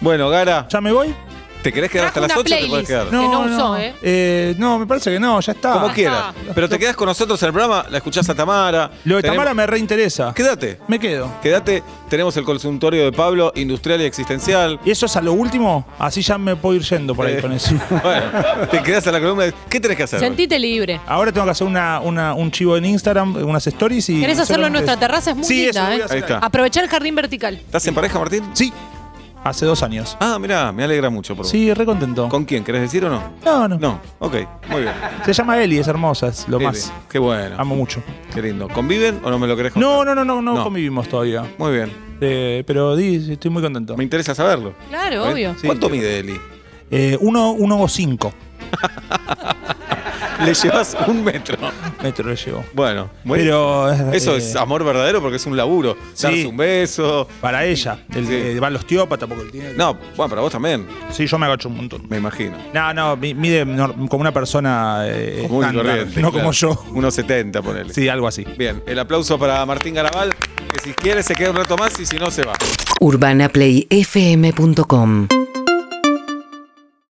H: Bueno, Gara,
D: ¿Ya me voy?
H: ¿te querés quedar hasta
G: Trajo
H: las 8
G: una
H: o te podés
G: playlist.
H: quedar?
G: No. Que usó, ¿eh?
D: Eh, no, me parece que no, ya está.
H: Como quieras. Pero te quedás con nosotros en el programa, la escuchás a Tamara.
D: Lo de
H: tenemos-
D: Tamara me reinteresa.
H: Quédate.
D: Me quedo.
H: Quédate, tenemos el consultorio de Pablo, industrial y existencial.
D: ¿Y eso es a lo último? Así ya me puedo ir yendo por ahí
H: Eh.
D: con eso.
H: Bueno, te quedás a la columna. de- ¿Qué tenés que hacer? hoy?
G: Sentite libre.
D: Ahora tengo que hacer una, una- un chivo en Instagram, unas stories y.
C: ¿Querés hacerlo en
D: solamente-
C: nuestra terraza? Es muy
D: Sí, eso
C: linda,
D: lo voy
C: ¿eh?
D: a hacer
H: Ahí está.
C: Aprovechar el jardín vertical.
H: ¿Estás en pareja, Martín?
D: Sí. Hace dos años.
H: Ah, mirá, me alegra mucho por vos.
D: Sí, re contento.
H: ¿Con quién? ¿Querés decir o no?
D: No, no,
H: No, ok, muy bien.
D: Se llama Eli, es hermosa, es lo
H: Qué
D: más.
H: bien, Qué bueno.
D: Amo mucho.
H: Qué lindo. ¿Conviven o no me lo querés contar?
D: No, no, no, no, no,
H: No.
D: convivimos todavía.
H: Muy bien.
D: Eh, pero di, estoy muy contento.
H: Me interesa saberlo.
C: Claro,
H: ¿Eh?
C: obvio.
D: Sí.
H: ¿Cuánto mide Eli?
D: Eh, uno, uno o cinco
H: Le llevas un metro.
D: metros le llevo.
H: Bueno, muy
D: Pero.
H: Eso
D: eh,
H: es amor verdadero porque es un laburo.
D: Sí.
H: Darse un beso.
D: Para ella. El,
H: Sí.
D: eh, va al osteópata porque tiene.
H: No, bueno, para vos también,
D: Sí, yo me agacho un montón.
H: me imagino.
D: No, no, mi- mide nor- como una persona eh,
H: Común y
D: estándar,
H: corriente,
D: no
H: claro.
D: como yo.
H: 1,70 ponele.
D: Sí, algo así.
H: Bien, el aplauso para Martín Garabal, que si quiere se queda un rato más y si no se va.
B: urbanaplayfm.com